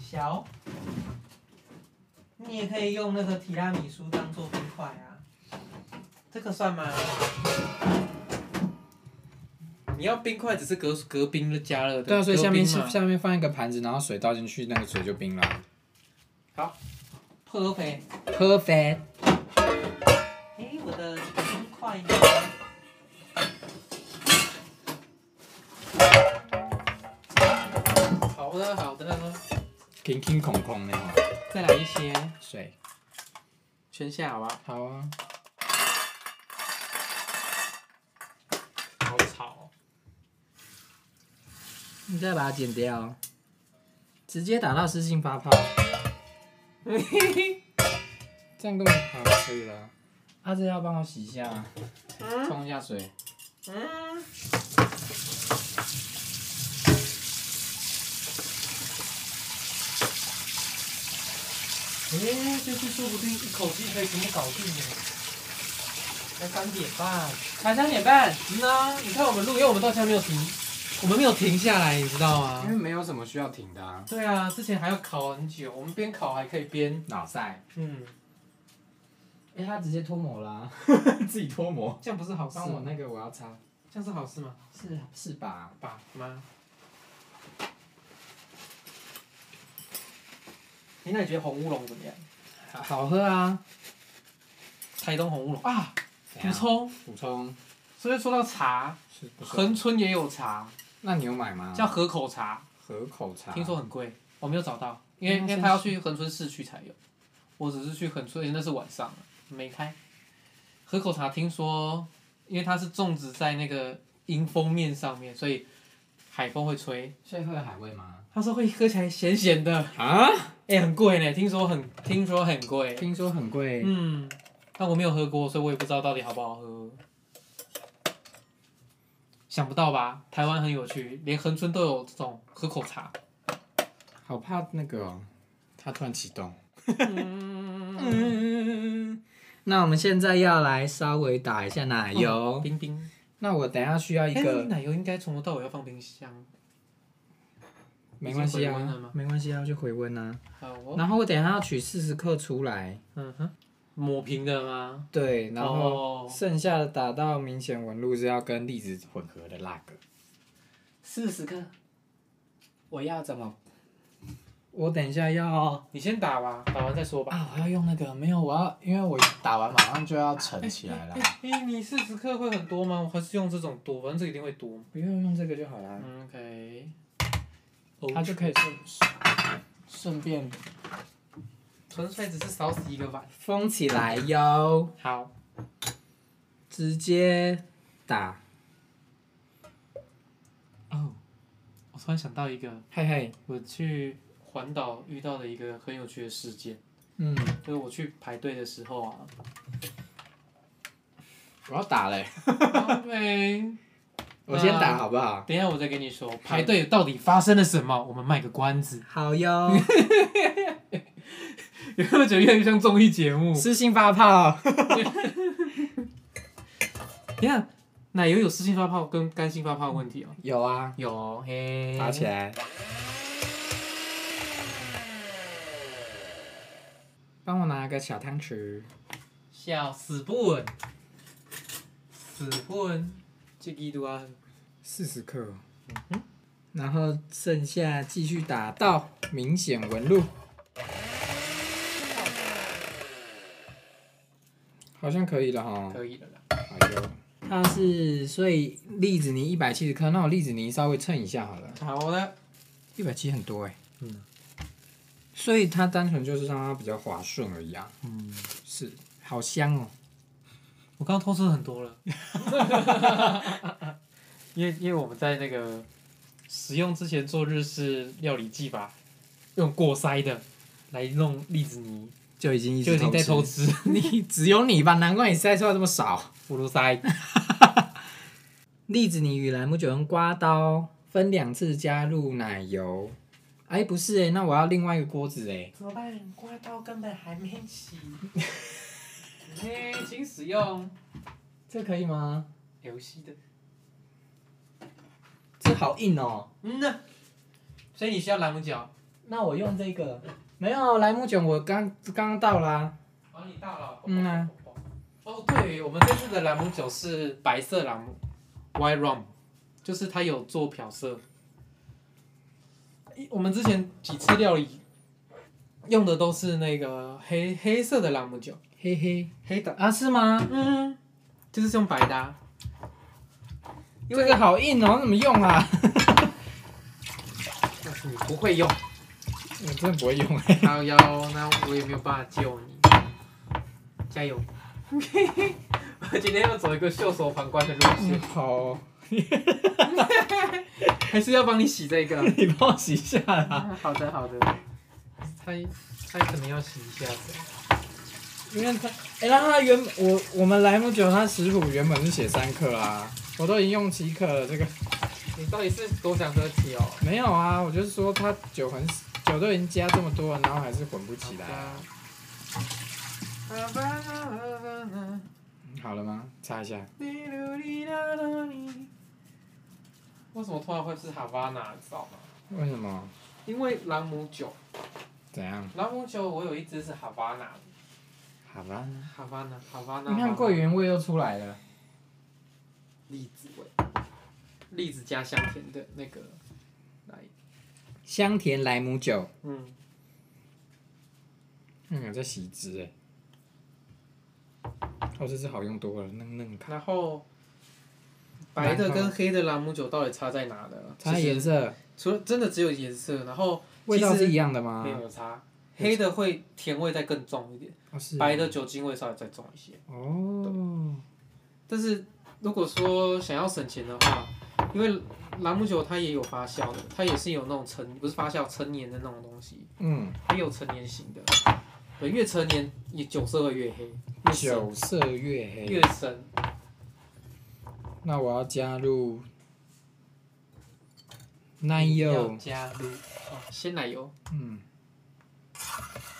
S1: 小，你也可以用那个提拉米苏当做冰块啊，这个算吗？你要冰块只是隔隔冰的加热的，
S2: 对啊，所以
S1: 隔
S2: 下面
S1: 冰嘛
S2: 下面放一个盘子，然后水倒进去，那个水就冰了。
S1: perfect。
S2: Perfect。
S1: 哎，我的冰块呢？好的，好的，
S2: 空空空空的哈，
S1: 再来一些，
S2: 水。
S1: 全下好吧？
S2: 好啊。
S1: 好吵啊！
S2: 你再把它剪掉，直接打到失性发泡， 这样根本好可以了。阿志要帮我洗一下吗，冲一下水。
S1: 嗯哎、这次说不定一口气可以全部搞定耶！才三点半，才三点半，嗯呐、你看我们录，因为我们到现在没有停，我们没有停下来，你知道吗
S2: 因为？没有什么需要停的、啊。
S1: 对啊，之前还要烤很久，我们边烤还可以边，
S2: 脑塞，
S1: 嗯，
S2: 哎、它直接脱模啦、 自己脱模。
S1: 这样不是好事
S2: 帮我
S1: 吗？
S2: 那个，我要擦。
S1: 这样是好事吗？
S2: 是啊是吧？
S1: 爸妈。哎，那你觉得红乌龙怎么样？
S2: 好喝啊。
S1: 台东红乌龙啊，
S2: 怎
S1: 补
S2: 样
S1: 充。
S2: 补充
S1: 所以说到茶，
S2: 是不错
S1: 恒春也有茶，
S2: 那你有买吗？
S1: 叫河口茶，
S2: 河口茶。
S1: 听说很贵，我没有找到，因为
S2: 嗯
S1: 因为他要去恒春市区才有，我只是去恒春，而且那是晚上了，没开。河口茶听说，因为它是种植在那个迎风面上面，所以海风会吹。
S2: 所以会有海味吗？
S1: 他说会喝起来咸咸的，
S2: 啊？
S1: 哎、很贵呢，听说很听说很贵。
S2: 听说很贵。
S1: 嗯，但我没有喝过，所以我也不知道到底好不好喝。想不到吧？台湾很有趣，连恒春都有这种喝口茶。
S2: 好怕那个、哦，它突然启动。
S1: 嗯，
S2: 嗯，那我们现在要来稍微打一下奶油。
S1: 冰冰。
S2: 哦那我等一下需要一
S1: 哎、
S2: 个，
S1: 奶油应该从头到尾要放冰箱。
S2: 没关系
S1: 已经回温了吗
S2: 啊，没关系啊，就回温啊。
S1: 好哦。
S2: 然后我等一下要取四十克出来，
S1: 嗯哼，抹平的吗？
S2: 对，然后
S1: 后
S2: 剩下的打到明显纹路是要跟栗子混合的那个。
S1: 四十克。
S2: 我要怎么？我等一下要。
S1: 你先打吧，打完再说吧。
S2: 啊，我要用那个没有，我要因为我打完马上就要盛起来了
S1: 哎、，哎你四十克会很多吗？我还是用这种多，反正这一定会多。
S2: 不用用这个就好了，
S1: 嗯，OK。
S2: 它就可以顺顺便
S1: 纯粹只是少洗一个碗。
S2: 封起来哟，
S1: 好，
S2: 直接打。哦，
S1: 我突然想到一个，
S2: 嘿嘿，
S1: 我去环岛遇到的一个很有趣的事件，
S2: 嗯，
S1: 就是我去排队的时候 啊，
S2: 我要打嘞，
S1: 对，
S2: 我先打
S1: 那
S2: 好不好？
S1: 哦等一下我再跟你说排队到底发生了什么，我们卖个关 子。
S2: 好哟，
S1: 有没有觉得越来越像综艺节目？
S2: 私信发泡，
S1: 你看，奶油有湿性发泡跟干性发泡的问题哦。
S2: 有啊，
S1: 有哦嘿，
S2: 打起来，帮我拿个小汤匙，
S1: 笑死不稳，死不稳，这个度啊，
S2: 四十克。
S1: 嗯哼，
S2: 然后剩下继续打到明显纹路，好像可以了哈。
S1: 可以了啦。
S2: 哎呦，它是所以栗子泥一百七十克，那我栗子泥稍微称一下好了，
S1: 好的，
S2: 一百七很多哎、
S1: 嗯
S2: 所以它单纯就是让它比较滑顺而已啊。
S1: 嗯，
S2: 是，好香哦。
S1: 我刚刚偷吃很多了， 因为因为我们在那个使用之前做日式料理技法，用过筛的来弄栗子泥，
S2: 就已经一
S1: 就
S2: 直
S1: 已经在偷
S2: 偷 吃，
S1: 吃
S2: 你只有你吧？难怪你塞出来这么少。
S1: 葫芦塞。
S2: 栗子泥与莱姆酒用刮刀分两次加入奶油。哎，不是哎，那我要另外一个锅子哎。
S1: 怎么办？刮刀根本还没洗。 嘿，请使用
S2: 这可以吗？
S1: 游戏的。
S2: 这好硬哦。
S1: 嗯呐，所以你需要蓝姆角。
S2: 那我用这个。没有莱姆酒，我刚刚刚到啦。
S1: 哦，你大了。
S2: 嗯啊。
S1: 哦，对，我们这次的蓝姆酒是白色蓝姆 （white rum），就是它有做漂色。一我们之前几次料理用的都是那个黑黑色的蓝姆酒，
S2: 嘿嘿。
S1: 黑的。
S2: 啊，是吗？
S1: 嗯，就是用白的、啊。
S2: 这个好硬哦，怎么用啊？
S1: 要是你不会用，
S2: 我真的不会用 哎。
S1: 幺幺，那我也没有办法救你，加油！ 我今天要走一个袖手旁观的路线，
S2: 好、
S1: 还是要帮你洗这个。
S2: 你帮我洗一下啦，
S1: 啊 好的好的，他他可能要洗一下子。
S2: 因为它，哎、那它原我我们莱姆酒它食谱原本是写三克啊，我都已经用七克了，这个
S1: 你到底是多想喝哦酒？
S2: 没有啊，我就是说它酒很酒都已经加这么多了，然后还是混不起来啊。好了吗？擦一下，
S1: 为什么突然会是哈巴那？你知道吗？
S2: 为什么？
S1: 因为朗姆酒，
S2: 怎样？
S1: 朗姆酒我有一支是哈巴那，
S2: 好吧。
S1: 哈巴那，哈巴那。
S2: 你看桂圆味又出来了，
S1: 栗子味，栗子加香甜的那个来，
S2: 香甜莱姆酒，
S1: 嗯，
S2: 嗯，有在洗汁哎、哦，这支好用多了，嫩嫩卡。
S1: 然后白的跟黑的朗姆酒到底差在哪呢？
S2: 它颜
S1: 色，
S2: 色
S1: 除了真的只有颜色，然后
S2: 味道
S1: 其实
S2: 是一样啊的吗
S1: 没？有差，黑的会甜味再更重一点，
S2: 哦，是啊
S1: 白的酒精味稍微再重一些。
S2: 哦，
S1: 但是如果说想要省钱的话，因为朗姆酒它也有发酵的，它也是有那种陈不是发酵陈年的那种东西，
S2: 嗯，
S1: 也有陈年型的。对，越陈年，你酒色会越黑，越深
S2: 酒色越黑。
S1: 越深。
S2: 那我要加入
S1: 奶
S2: 奶
S1: 油
S2: 油，
S1: 加入哦，鲜奶油，
S2: 嗯，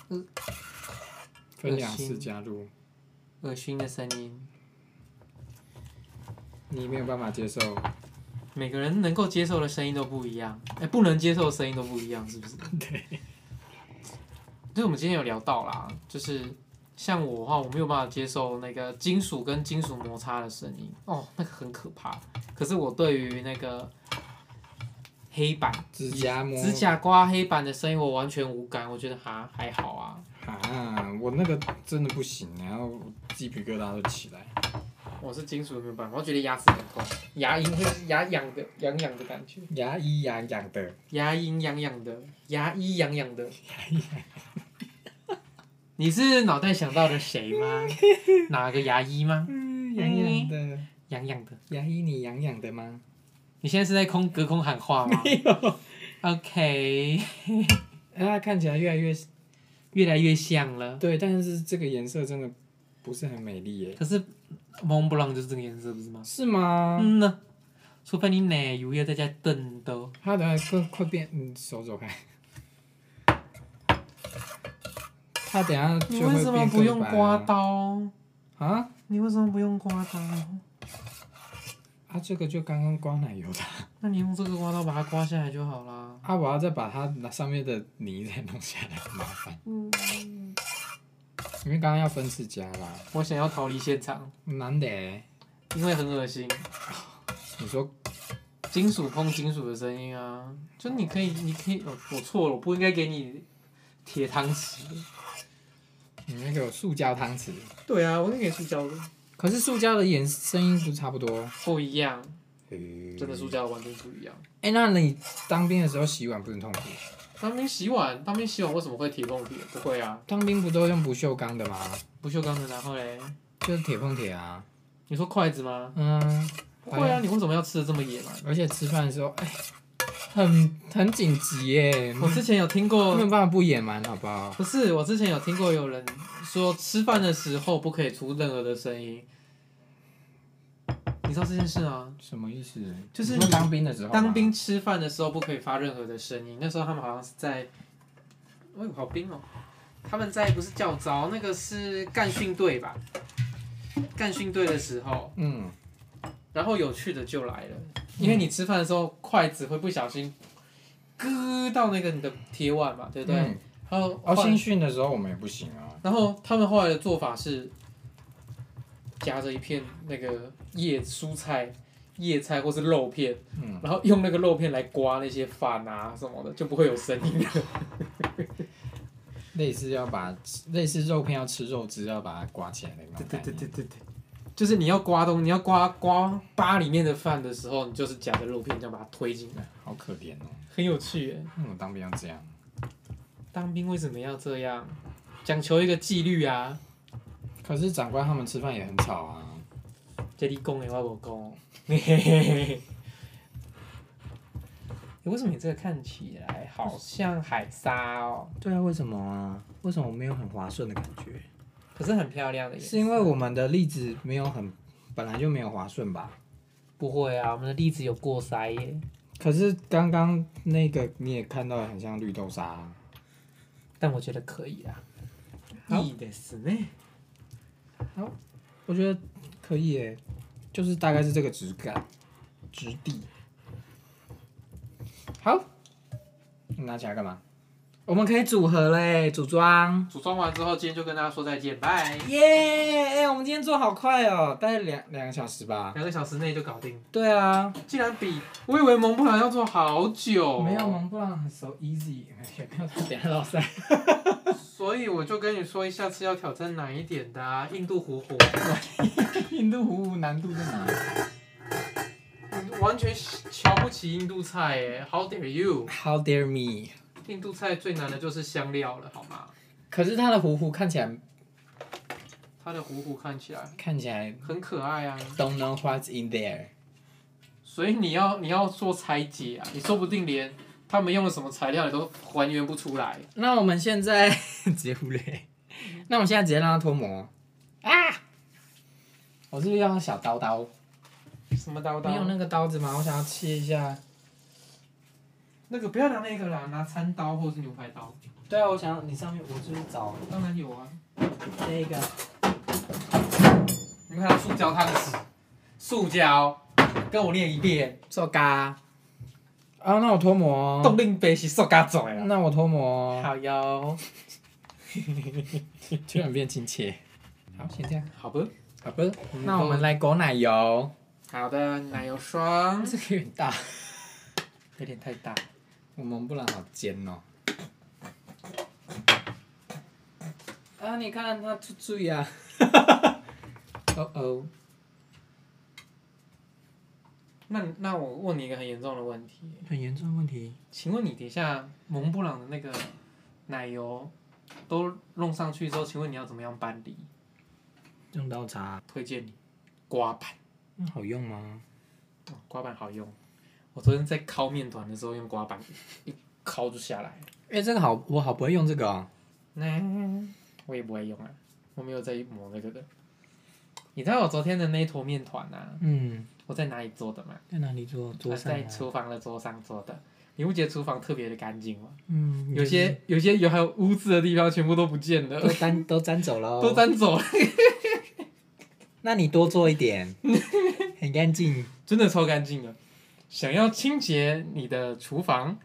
S2: 呃分两次加入，
S1: 恶心的声音，
S2: 你没有办法接受。
S1: 每个人能够接受的声音都不一样，哎、不能接受的声音都不一样，是不是？
S2: 对，
S1: 就是我们今天有聊到啦，就是像我的话，我没有办法接受那个金属跟金属摩擦的声音，哦，那个很可怕。可是我对于那个黑板、
S2: 指甲膜，
S1: 指甲刮黑板的声音，我完全无感，我觉得哈还好啊。
S2: 啊，我那个真的不行，然后鸡皮疙瘩都起来。
S1: 我是金属没有办法，我觉得牙齿很痛，牙龈会牙痒的痒痒的感觉，
S2: 牙医痒痒的，
S1: 牙龈痒痒的，牙医痒痒的。你是脑袋想到了谁吗？哪个牙医吗？
S2: 嗯，痒痒的，
S1: 痒痒的。
S2: 牙医你痒痒的 吗？
S1: 你现在是在空隔空喊话吗？
S2: 嗯
S1: 没有。OK，
S2: 哎、它看起来越来越
S1: 越来越像了。
S2: 对，但是这个颜色真的不是很美丽耶。
S1: 可是蒙布朗就是这个颜色，不是吗？
S2: 是吗？
S1: 嗯呢，除非你奶油要在家炖的哦。
S2: 它的快快变，嗯，手走开。它等下
S1: 你
S2: 就
S1: 为
S2: 会
S1: 什么
S2: 变
S1: 不用
S2: 更白
S1: 刮
S2: 啊。
S1: 刀？
S2: 啊，
S1: 你为什么不用刮刀？
S2: 啊，这个就刚刚刮奶油的。
S1: 那你用这个刮刀把它刮下来就好啦。
S2: 啊，我要再把它那上面的泥再弄下来，麻烦。
S1: 嗯
S2: 因为刚刚要分次加啦，
S1: 我想要逃离现场，
S2: 很难得耶。
S1: 因为很恶心，
S2: 你说
S1: 金属碰金属的声音啊。就你可以，你可以，哦、我错了，我不应该给你铁汤匙。
S2: 你那个有塑胶汤匙，
S1: 对啊，我应该给塑胶的。
S2: 可是塑胶的颜声音不是差不多？
S1: 不一样，
S2: 真
S1: 真的塑。胶完全不一样。
S2: 哎、那你当兵的时候洗碗不是很痛苦？
S1: 当兵洗碗，当兵洗碗为什么会铁碰铁？不会啊，
S2: 当兵不都用不锈钢的吗？
S1: 不锈钢的，然后嘞，
S2: 就是铁碰铁啊。
S1: 你说筷子吗？
S2: 嗯，
S1: 不会啊，你为什么要吃的这么野蛮？
S2: 而且吃饭的时候，哎、很很紧急耶，
S1: 我之前有听过
S2: 没有，办法不野蛮，好不好？
S1: 不是，我之前有听过有人说吃饭的时候不可以出任何的声音。你知道这件事啊吗？
S2: 什么意思？
S1: 就是
S2: 你说
S1: 你
S2: 当兵的时候吗，
S1: 当兵吃饭的时候不可以发任何的声音。那时候他们好像是在，哎呦，好冰哦！他们在不是教招，那个是干训队吧？干训队的时候，
S2: 嗯，
S1: 然后有趣的就来了，因为你吃饭的时候筷子会不小心割到那个你的铁碗嘛，对不对？
S2: 嗯
S1: 然后
S2: 哦，
S1: 后来
S2: 新训的时候我们也不行啊。
S1: 然后他们后来的做法是夹着一片那个叶蔬菜、叶菜或是肉片，
S2: 嗯
S1: 然后用那个肉片来刮那些饭啊什么的，就不会有声音了。
S2: 类似要把类似肉片要吃肉汁，要把它刮起来的那种概念。
S1: 对对。就是你要刮东，你要刮刮扒里面的饭的时候，你就是夹着肉片这样把它推进来，
S2: 好可怜哦，
S1: 很有趣耶。
S2: 那我当兵要这样。
S1: 当兵为什么要这样？讲求一个纪律啊！
S2: 可是长官他们吃饭也很吵啊。
S1: 这你讲的我无讲。嘿嘿嘿嘿为什么你这个看起来好像海沙哦？
S4: 对啊，为什么啊？为什么没有很划算的感觉？
S1: 可是很漂亮的颜色。
S4: 是因为我们的例子没有很，本来就没有划算吧？
S1: 不会啊，我们的栗子有过筛耶。
S2: 可是刚刚那个你也看到，很像绿豆沙、啊。
S1: 但我觉得可以啊啦。
S4: 好
S1: いいですね。
S2: 我觉得可以耶，就是大概是这个质感、质地。好，你拿起来干嘛？我们可以组合嘞，组装。
S1: 组装完之后，今天就跟大家说再见，拜。
S2: 耶！哎，我们今天做好快哦，大概两两个小时吧。
S1: 两个小时内就搞定，
S2: 对啊，
S1: 竟然比我以为蒙布朗要做好久，
S2: 没有，蒙布朗很 so easy，也 没有等下老三。
S1: 所以我就跟你说，下次要挑战难一点的、啊，印度糊糊，
S2: 印度糊糊难度在哪？嗯
S1: 你完全瞧不起印度菜耶，How dare you！
S2: How dare me！
S1: 印度菜最难的就是香料了，好吗？
S2: 可是它的糊糊看起来
S1: 它的糊糊看起来
S2: 看起来
S1: 很可爱啊，
S2: don't know what's in there。
S1: 所以你要你要做拆解啊，你说不定连他们用了什么材料你都还原不出来。
S2: 那我们现在 直接忽略，那我们现在直接让它脱模啊！我是不是要用小刀刀？
S1: 什么刀刀
S2: 你？有那个刀子吗？我想要切一下。
S1: 那个不要拿那个啦，拿餐刀或是牛排刀，
S4: 对啊，我想你上面我就是找
S1: 当然有啊。
S4: 那个，
S1: 你看它塑胶汤匙，塑胶，跟我念一遍，
S2: 塑胶啊，那我脱模
S1: 冻
S2: 哦。
S1: 令杯是塑胶做的啦。
S2: 那我脱模哦，
S1: 好哟，
S2: 突然变亲切。好，先这样。
S1: 好不？
S2: 好不，那我们来狗奶油。
S1: 好的，奶油霜，
S2: 这个有点大，
S1: 有点太大。
S2: 我们不然好尖哦。啊，你看它出水 啊！哦哦，
S1: 那那我问你一个很严重的问题，
S4: 很严重的问题。
S1: 请问你底下蒙布朗的那个奶油都弄上去之后，请问你要怎么样搬离？
S4: 用刀叉，
S1: 推荐你刮板，
S2: 嗯
S4: 那好用吗？
S1: 哦刮板好用。我昨天在烤面团的时候用刮板，一烤就下来了。
S2: 哎、这个好，我好不会用这个哦。
S1: 那、嗯我也不会用啊，我没有在磨那个的。你知道我昨天的那一坨面团啊，
S4: 嗯，
S1: 我在哪里做的吗？
S4: 在哪里做？桌
S1: 我
S4: 上
S1: 呃在
S4: 吗？
S1: 厨房的桌上做的。你不觉得厨房特别的干净吗？
S4: 嗯，
S1: 有些有些有还有污渍的地方全部都不见
S4: 都
S1: 了，
S4: 沾 都沾走了。哦
S1: 都。沾走了，
S4: 那你多做一 点，很干净。
S1: 真的超干净了。想要清洁你的厨房，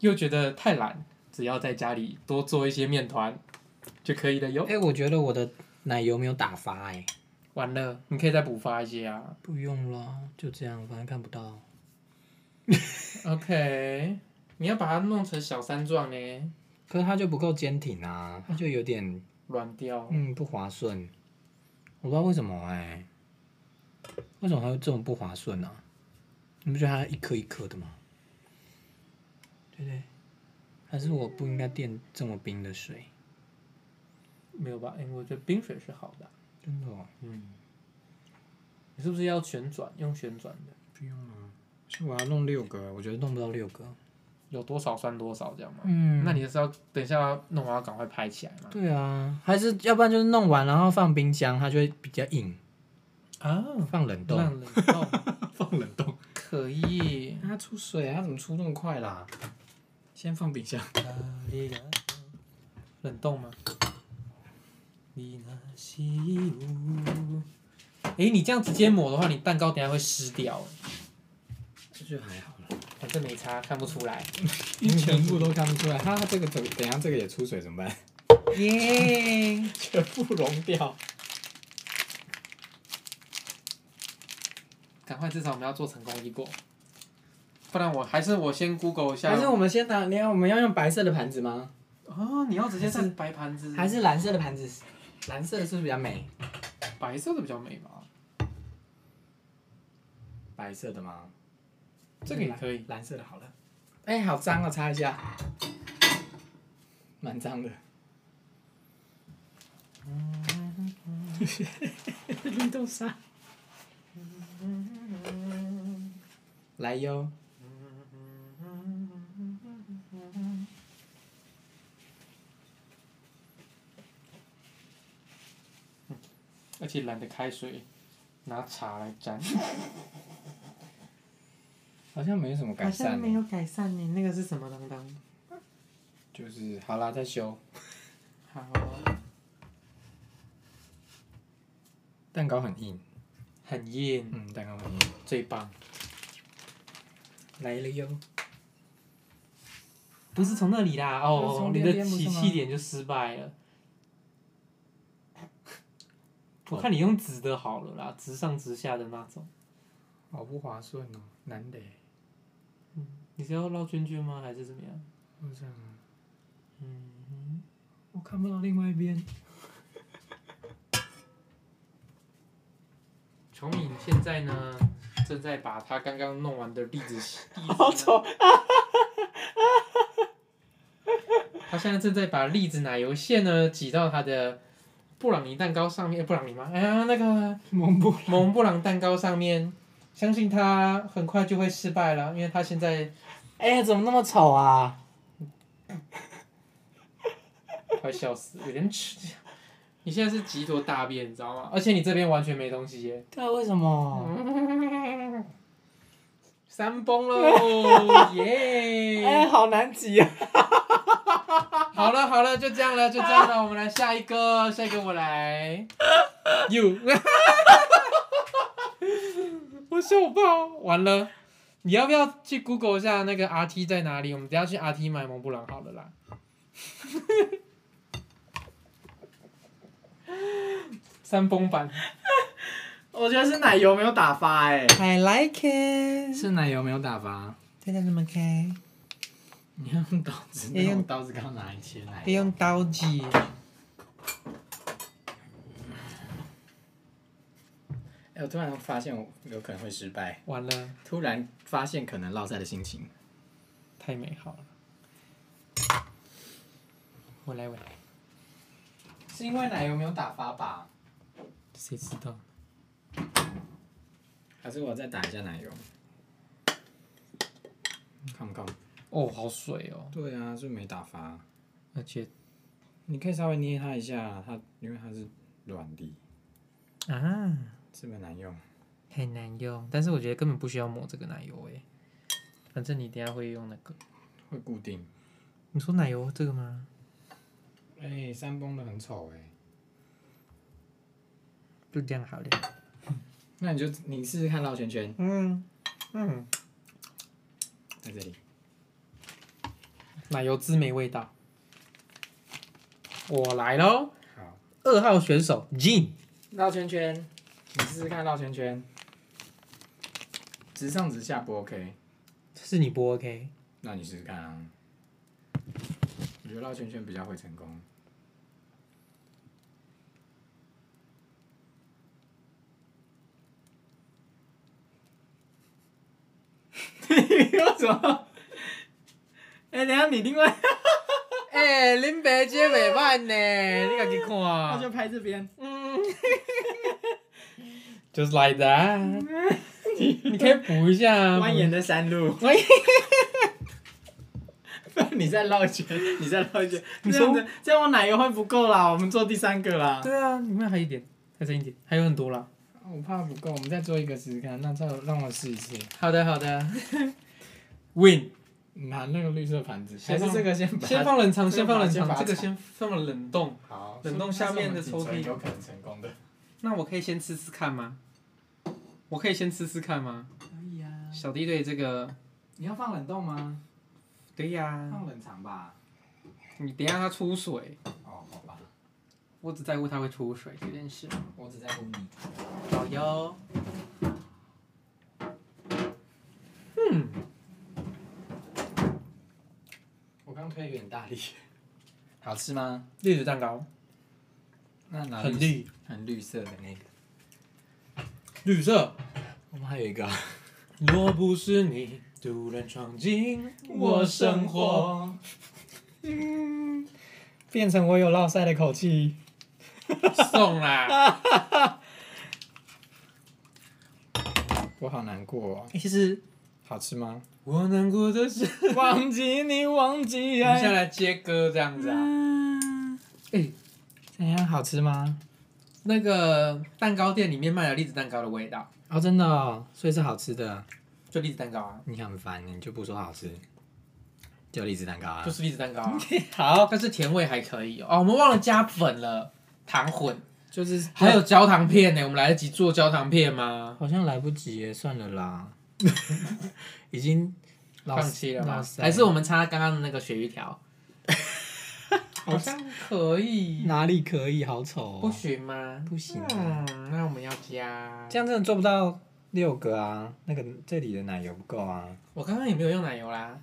S1: 又觉得太懒，只要在家里多做一些面团就可以了哟
S4: 哎、。我觉得我的奶油没有打发、哎，
S1: 完了，你可以再补发一些啊。
S4: 不用了，就这样，反正看不到。
S1: OK，你要把它弄成小三状呢，
S4: 可是它就不够坚挺啊，它就有点
S1: 软掉。
S4: 嗯不划算。我不知道为什么哎、为什么它会这么不划算呢、啊你不觉得它一颗一颗的吗？对不对？还是我不应该垫这么冰的水？
S1: 没有吧？因为我觉得冰水是好的。
S4: 真的、哦、
S1: 嗯，你是不是要旋转？用旋转的，
S4: 不用了，
S2: 是我要弄六个，我
S4: 我
S2: 觉
S4: 觉得弄不到六个。
S1: 有多少算多少，这样吗？
S4: 嗯
S1: 那你是要等一下弄完要赶快拍起来吗？
S4: 对啊，还是要不然就是弄完然后放冰箱，它就会比较硬。
S1: 啊，
S4: 放冷冻，
S1: 让冷冻
S2: 得放冷冻。
S1: 可以。
S2: 它出水啊，它怎么出那么快啦？先放冰箱。
S1: 冷冻吗？诶，你这样直接抹的话，你蛋糕等一下会湿掉，
S2: 这就还好了，
S1: 反正没差，看不出来。
S2: 全部都看不出来。它这个怎么？等一下这个也出水怎么办？
S1: 耶、
S2: 全部融掉。
S1: 赶快，至少我们要做成功一个，不然我还是我先 Google 一下。
S2: 还是我们先拿，你看我们要用白色的盘子吗？
S1: 哦，你要直接上白盘子，
S2: 还是蓝色的盘子？蓝色的是不是比较美？
S1: 白色的比较美吧？
S2: 白色的吗？
S1: 这个也可以。
S2: 嗯蓝色的好了。哎、好脏啊、擦一下。蛮脏的。嗯绿豆沙。嗯 来哟。
S1: 而且懒得开水，拿茶来沾。
S2: 好像没什么改善欸，
S1: 有改善呢，那个是什么当当？
S2: 就是好啦，再修。
S1: 好，
S2: 蛋糕很硬，
S1: 很硬，
S2: 嗯，蛋糕很硬。
S1: 最棒。
S2: 来了哟，
S1: 不是从那里啦，
S2: 不是
S1: 哦，
S2: 从
S1: 你
S2: 那
S1: 的
S2: 边不是
S1: 起
S2: 吗
S1: 气点就失败 了。我看你用直的好了啦，直上直下的那种。
S2: 好不划算哦，难得欸。
S1: 你是要绕圈圈吗？还是怎么样？
S2: 我这样啊，
S1: 嗯，
S2: 我看不到另外一边。
S1: 琼敏现在呢，正在把他刚刚弄完的栗 子洗，
S5: 好丑！
S1: 他现在正在把栗子奶油馅呢挤到他的布朗尼蛋糕上面，布朗尼吗？哎呀，那个
S2: 蒙布，
S1: 蒙布朗蛋糕上面，相信他很快就会失败了，因为他现在
S3: 哎、怎么那么丑啊？
S1: 快笑死，有点吃。你现在是几坨大便，你知道吗？而且你这边完全没东西 耶，
S3: 对啊，为什么？
S1: 山崩喽，耶、
S3: 哎、好难挤啊！
S1: 好了好了，就这样了，就这样了，我们来下一个，下一个我来。You，我笑我爆，完了。你要不要去 Google 一下那个 RT 在哪里？我们等一下去 RT 买蒙布朗好了啦。 三崩版，
S2: 我觉得是奶油没有打发哎、
S3: I like it，
S2: 是奶油没有打发。
S3: 真的这么开，
S2: 你要用刀子，
S3: 也
S2: 那
S3: 用
S2: 用刀子刚刚哪里切奶油？
S3: 用刀挤。
S2: 哎、我突然发现我有可能会失败，
S1: 完了，
S2: 突然发现可能落赛的心情。
S1: 太美好了。我来，我来，
S2: 是因为奶油没有打发吧？
S1: 谁知道？
S2: 还是我再打一下奶油？看不看？
S1: 哦，好水哦，
S2: 对啊，就没打发。
S1: 而且
S2: 你可以稍微捏它一下，它因为它是软的，
S1: 啊。
S2: 是不是难用？
S1: 很难用，但是我觉得根本不需要抹这个奶油诶、反正你等一下会用那个。
S2: 会固定。
S1: 你说奶油这个吗？
S2: 哎、山崩的很丑哎、
S1: 就这样好了。
S2: 那你就你试试看绕圈圈，
S1: 嗯嗯，
S2: 在这里。
S1: 奶油汁没味道。我来喽，
S2: 好，
S1: 二号选手 Jean，
S2: 绕圈圈，你试试看绕圈圈。直上直下不 OK，
S1: 是你不 OK？
S2: 那你试试看啊。我觉得绕圈圈比较会成功。 你 为什么？哎、等一下你另外，
S1: 哎、林北姐袂歹呢，你家己
S2: 那
S1: 看。
S2: 就拍这边。
S1: Just like that，你可以补一下啊。
S2: 蜿蜒的山路。你再绕一圈，你再绕一圈，
S1: 你
S2: 这
S1: 说
S2: 样子，这样我奶油会不够啦，我们做第三个啦。
S1: 对啊，里面还有一点，还剩一点，还有很多啦。
S2: 我怕不够，我们再做一个试试看，那再让我试一次。
S1: 好的好的 ，Win。
S2: 拿那个绿色盘子，
S1: 先
S2: 还是
S1: 放
S2: 这个先把它
S1: 先放冷藏，
S2: 这
S1: 先
S2: 个把
S1: 放
S2: 它
S1: 冷藏，这
S2: 先
S1: 个
S2: 把它
S1: 先放冷冻。
S2: 好
S1: 冷冻下面的抽屉
S2: 所以有可能成功的。
S1: 那我可以先吃吃看吗？我可以先吃吃看吗？
S2: 可以啊，
S1: 小弟对这个，
S2: 你要放冷冻吗？
S1: 对呀、
S2: 放冷藏吧。
S1: 你等一下它出水，
S2: 哦，好吧，
S1: 我只在乎它会出水这件事。
S2: 我只在乎你。
S1: 好哟。
S2: 我刚推有点 大力。好吃吗？
S1: 栗子蛋糕
S2: 那拿
S1: 很啊绿，
S2: 很绿色的那个。
S1: 绿色。
S2: 我们还有一个、啊
S1: 若不是你突然闯进
S2: 我
S1: 我
S2: 生
S1: 生 活，
S2: 活，
S6: 嗯
S2: 变成我有落腮的口气。
S1: 送 啦。
S2: 我好难过、哦，
S1: 欸其实
S2: 好吃吗？
S1: 我难过的 是，
S2: 忘记你，忘记
S1: 我们先来接歌这样子啊。
S2: 嗯
S1: 哎、
S2: 怎样？好吃吗？
S1: 那个蛋糕店里面卖了栗子蛋糕的味道，
S6: 哦，真的、哦，所以是好吃的。
S1: 就栗子蛋糕啊，
S6: 你很烦，你就不说好吃，叫栗子蛋糕啊
S1: 就。是栗子蛋糕、 啊，
S2: 好，
S1: 但是甜味还可以哦。哦我们忘了加粉了，糖混，
S2: 就是
S1: 还有焦糖片呢，我们来得及做焦糖片吗？
S6: 好像来不及耶，算了啦，已经老
S1: 放弃了
S6: 老
S1: 吗？
S6: 塞
S1: 还是我们擦刚刚的那个鳕鱼 条？好像可以，
S6: 哪里可以？好丑、哦，
S1: 不行吗？
S6: 不行啊，
S1: 嗯，那我们要加。
S6: 这样真的做不到六个啊。那个这里的奶油不够啊，
S1: 我刚刚也没有用奶油啦，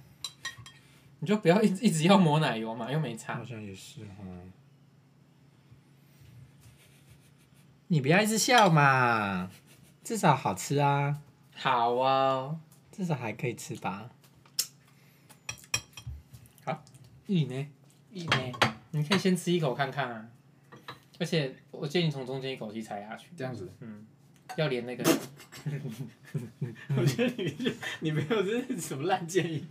S1: 你就不要一直一直要抹奶油嘛，又没擦
S6: 好。像也是哦哈。你不要一直笑嘛，至少好吃啊，
S1: 好哦，
S6: 至少还可以吃吧。
S1: 一呢，一呢，你可以先吃一口看看啊。而且我建议你从中间一口气踩下去，
S2: 这样子。
S1: 嗯，要连那个
S2: 我觉得你你没有这是什么烂建议。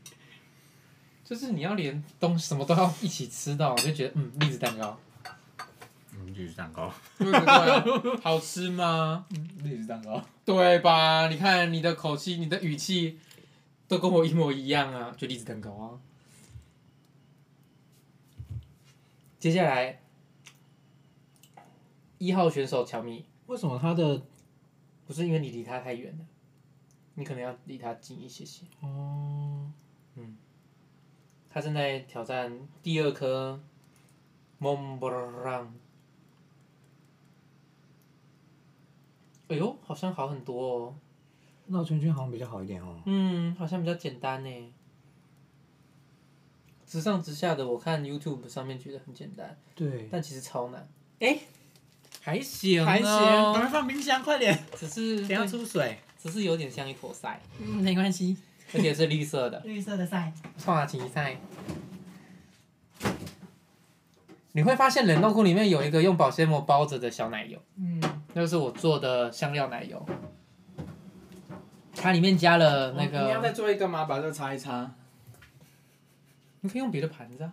S1: 就是你要连东什么都要一起吃到，我就觉得嗯，栗子蛋糕，
S6: 嗯，栗子蛋糕。
S1: 啊好吃吗？
S2: 栗子蛋糕，
S1: 嗯对吧？你看你的口气、你的语气都跟我一模一样啊，就栗子蛋糕啊。接下来，一号选手乔米，
S6: 为什么它的
S1: 不是因为你离他太远了，你可能要离他近一些些。
S6: 哦？
S1: 他正在挑战第二颗蒙布朗。哎呦，好像好很多哦。
S6: 绕圈圈好像比较好一点哦。
S1: 嗯，好像比较简单呢。直上直下的，我看 YouTube 上面觉得很简单，
S6: 对，
S1: 但其实超难。
S3: 还行啊
S6: 还
S3: 还
S6: 行，赶。
S3: 行
S6: 快放冰箱，快点，
S1: 只是
S6: 等下出水。
S1: 只是有点像一坨塞，
S6: 嗯，没关系。
S1: 而且是绿色的
S6: 绿色的赛，
S1: 跨级赛。你会发现冷冻库里面有一个用保鲜膜包着的小奶油。
S6: 嗯，
S1: 那是我做的香料奶油，它里面加了那
S2: 哦你要再
S1: 个，
S2: 做一个吗？把这个擦一擦。
S1: 你可以用别的盘子啊，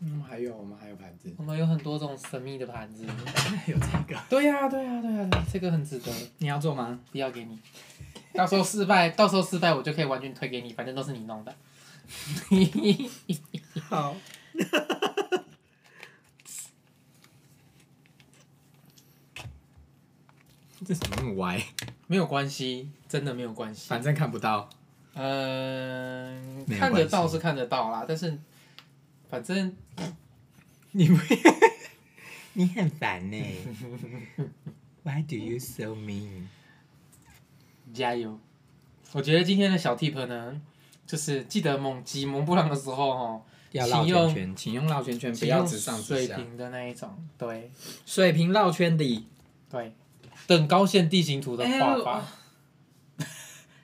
S2: 嗯，还有我们还有盘子，
S1: 我们有很多种神秘的盘子。
S2: 有这个。
S1: 对呀、啊对呀、对呀、对这个很值得，
S6: 你要做吗？
S1: 不要给你，到时候失败，到时候失败我就可以完全推给你，反正都是你 弄的。
S6: 好，这怎么那么歪？
S1: 没有关系，真的没有关系。
S2: 反正看不到。
S1: 嗯、
S6: 没有
S1: 看得
S6: 关
S1: 到
S6: 系
S1: 是看得到啦，但是反正
S6: 你不，你很 烦呢、Why do you so mean？
S1: 加油！我觉得今天的小 tip 呢，就是记得猛挤蒙布朗的时候哦，
S6: 要绕
S1: 请
S6: 圈
S1: 用
S6: 圈，
S2: 请用绕圈圈，不
S1: 请
S2: 要
S1: 用
S2: 直上直
S1: 水
S2: 下。
S1: 平的那一种，对
S2: 水平绕圈底。
S1: 对，等高线地形图的画法，
S3: 哎呦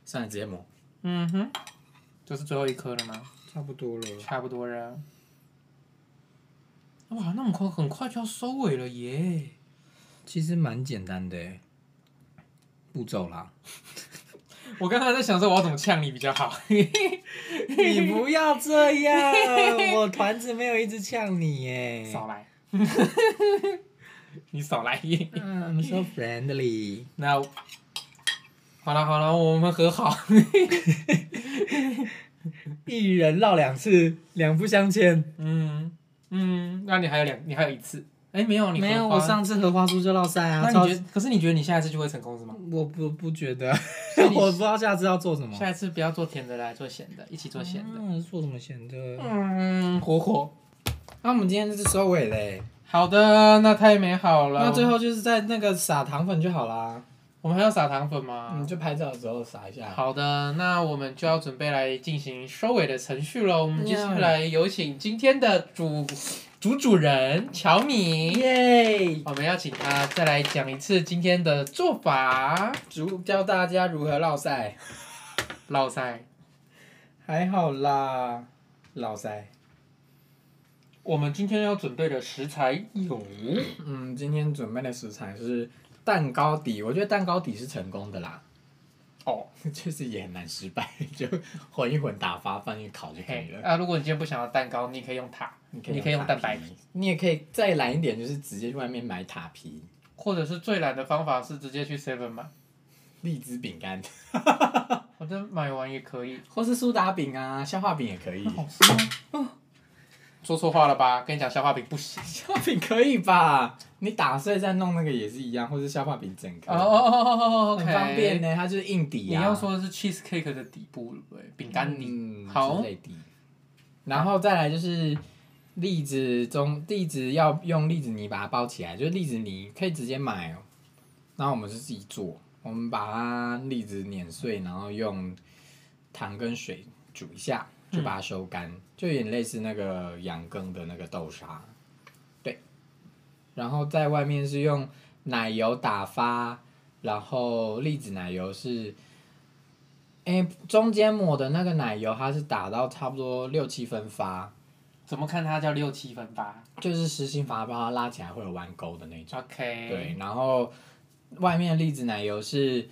S2: 算了，直接抹。
S1: 嗯哼，这是最后一颗了吗？
S6: 差不多了。
S1: 差不多了。哇，那么快，很快就要收尾了耶！
S6: 其实蛮简单的、欸，步骤啦。
S1: 我刚刚在想说我要怎么呛你比较好，
S6: 你不要这 样，我团子没有一直呛你
S2: 哎
S6: 耶。
S1: 少来，你少来。
S6: 嗯，I'm so friendly。
S1: 那好了好了，我们和好。
S6: 一人绕两次，两不相欠。
S1: 嗯嗯，那你还有两，你还有一次。哎，没有，你
S6: 没有，
S1: 荷花
S6: 我。上次荷花酥就绕赛
S1: 那
S6: 啊。
S1: 你
S6: 超
S1: 觉得？可是你觉得你下一次就会成功是吗？
S6: 我不不觉得，
S1: 所以你
S6: 我不知道下次要做什么。
S1: 嗯下一次不要做甜的来做咸的，一起做咸的。
S6: 嗯，做什么咸的？
S1: 嗯，火火。
S2: 那、我们今天就是收尾嘞，
S1: 好的，那太美好了。
S2: 那最后就是在那个撒糖粉就好啦，
S1: 我们还要撒糖粉
S2: 嗯，
S1: 吗？
S2: 就拍照的时候撒一下。
S1: 好的，那我们就要准备来进行收尾的程序喽。我们接下来有请今天的主主主人乔米，
S2: 耶！
S1: 我们要请他再来讲一次今天的做法。
S2: 主教大家如何绕赛，
S1: 老塞，
S2: 还好啦，绕赛。
S1: 我们今天要准备的食材有
S2: 嗯，今天准备的食材是蛋糕底，我觉得蛋糕底是成功的啦。
S1: 哦，
S2: 就是也很难失败，就混一混打发，放进去烤就可以
S1: 嘿，
S2: 了。
S1: 啊，如果你今天不想要蛋糕，你可以用塔，你可以用蛋白
S2: 皮，你也可以再懒一点，就是直接去外面买塔皮、
S1: 或者是最懒的方法是直接去 Seven 买，
S2: 荔枝饼干，
S1: 我这买完也可以。
S2: 或是苏打饼啊、消化饼也可以。
S1: 哦说错话了吧？跟你讲，消化饼不行。
S2: 消化饼可以吧？你打碎再弄那个也是一样，或是消化饼整颗，
S1: 哦哦哦哦哦，OK，
S2: 很方便呢、它就是硬底
S1: 你
S2: 啊。
S1: 要说的是 cheesecake 的底部，对不对？饼干底。
S2: 嗯
S1: 好
S2: 之类的。然后再来就是栗子中栗子要用栗子泥把它包起来，就是栗子泥可以直接买哦。然后我们是自己做，我们把它栗子碾碎，然后用糖跟水煮一下，就把它收干，就有点类似那个羊羹的那个豆沙。对，然后在外面是用奶油打发，然后栗子奶油是。诶，中间抹的那个奶油，它是打到差不多六七分发，
S1: 怎么看它叫六七分吧
S2: 就是实心发把它拉起来会有弯钩的那种。
S1: ？OK，
S2: 对，然后外面的栗子奶油是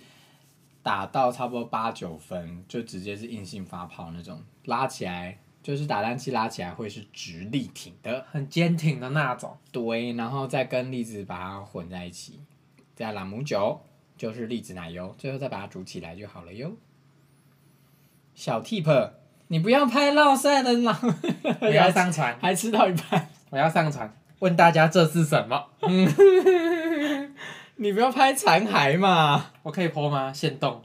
S2: 打到差不多八九分，就直接是硬性发泡那种，拉起来就是打蛋器拉起来会是直立挺的，
S1: 很坚挺的那种。
S2: 对，然后再跟栗子把它混在一起，再朗姆酒就是栗子奶油，最后再把它煮起来就好了哟。小 tip，你不要拍落晒的朗姆，
S1: 我 要上传，
S2: 还吃到一半，
S1: 我要上传，问大家这是什么？
S2: 你不要拍残骸嘛。
S1: 我可以剖吗？现 动，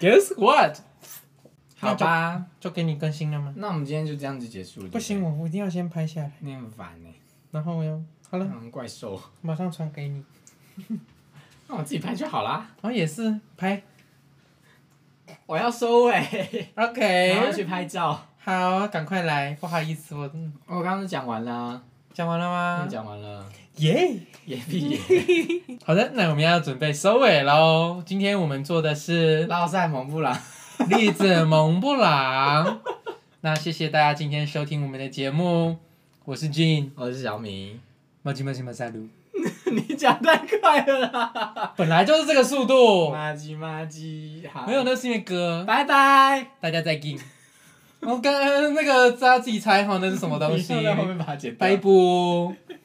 S2: Guess what？好
S1: 那就
S2: 吧，
S1: 就给你更新了吗？
S2: 那我们今天就这样子结束了。
S1: 不行，
S2: 对
S1: 我我一定要先拍下来，
S2: 不对，你很烦呢、
S1: 然后我要好了，
S2: 嗯，怪兽，
S1: 马上传给你。
S2: 那我自己拍就好啦。
S1: 然后也是拍
S2: 我 要收尾、欸，我要
S1: ，OK，
S2: 去拍照。
S1: 好，赶快来，不好意思，我嗯
S2: 我刚刚讲完啦，
S1: 讲完了吗
S2: 你？讲完了，
S1: 耶
S2: 也 毕业。
S1: 好的，那我们要准备收尾喽。今天我们做的是
S2: 拉塞蒙布朗，
S1: 栗子蒙布朗。那谢谢大家今天收听我们的节目，我是 Jean，
S2: 我是小米。
S1: 马吉马吉马塞鲁，
S2: 你讲太快了啦！
S1: 本来就是这个速度，
S2: 麻吉麻吉，好，
S1: 没有，那是因为歌，
S2: 拜拜。
S1: 大家哦再见。呃我刚那个大家自己猜哈，那是什么东西
S2: 你？放在后面把它剪掉
S1: 拜。拜。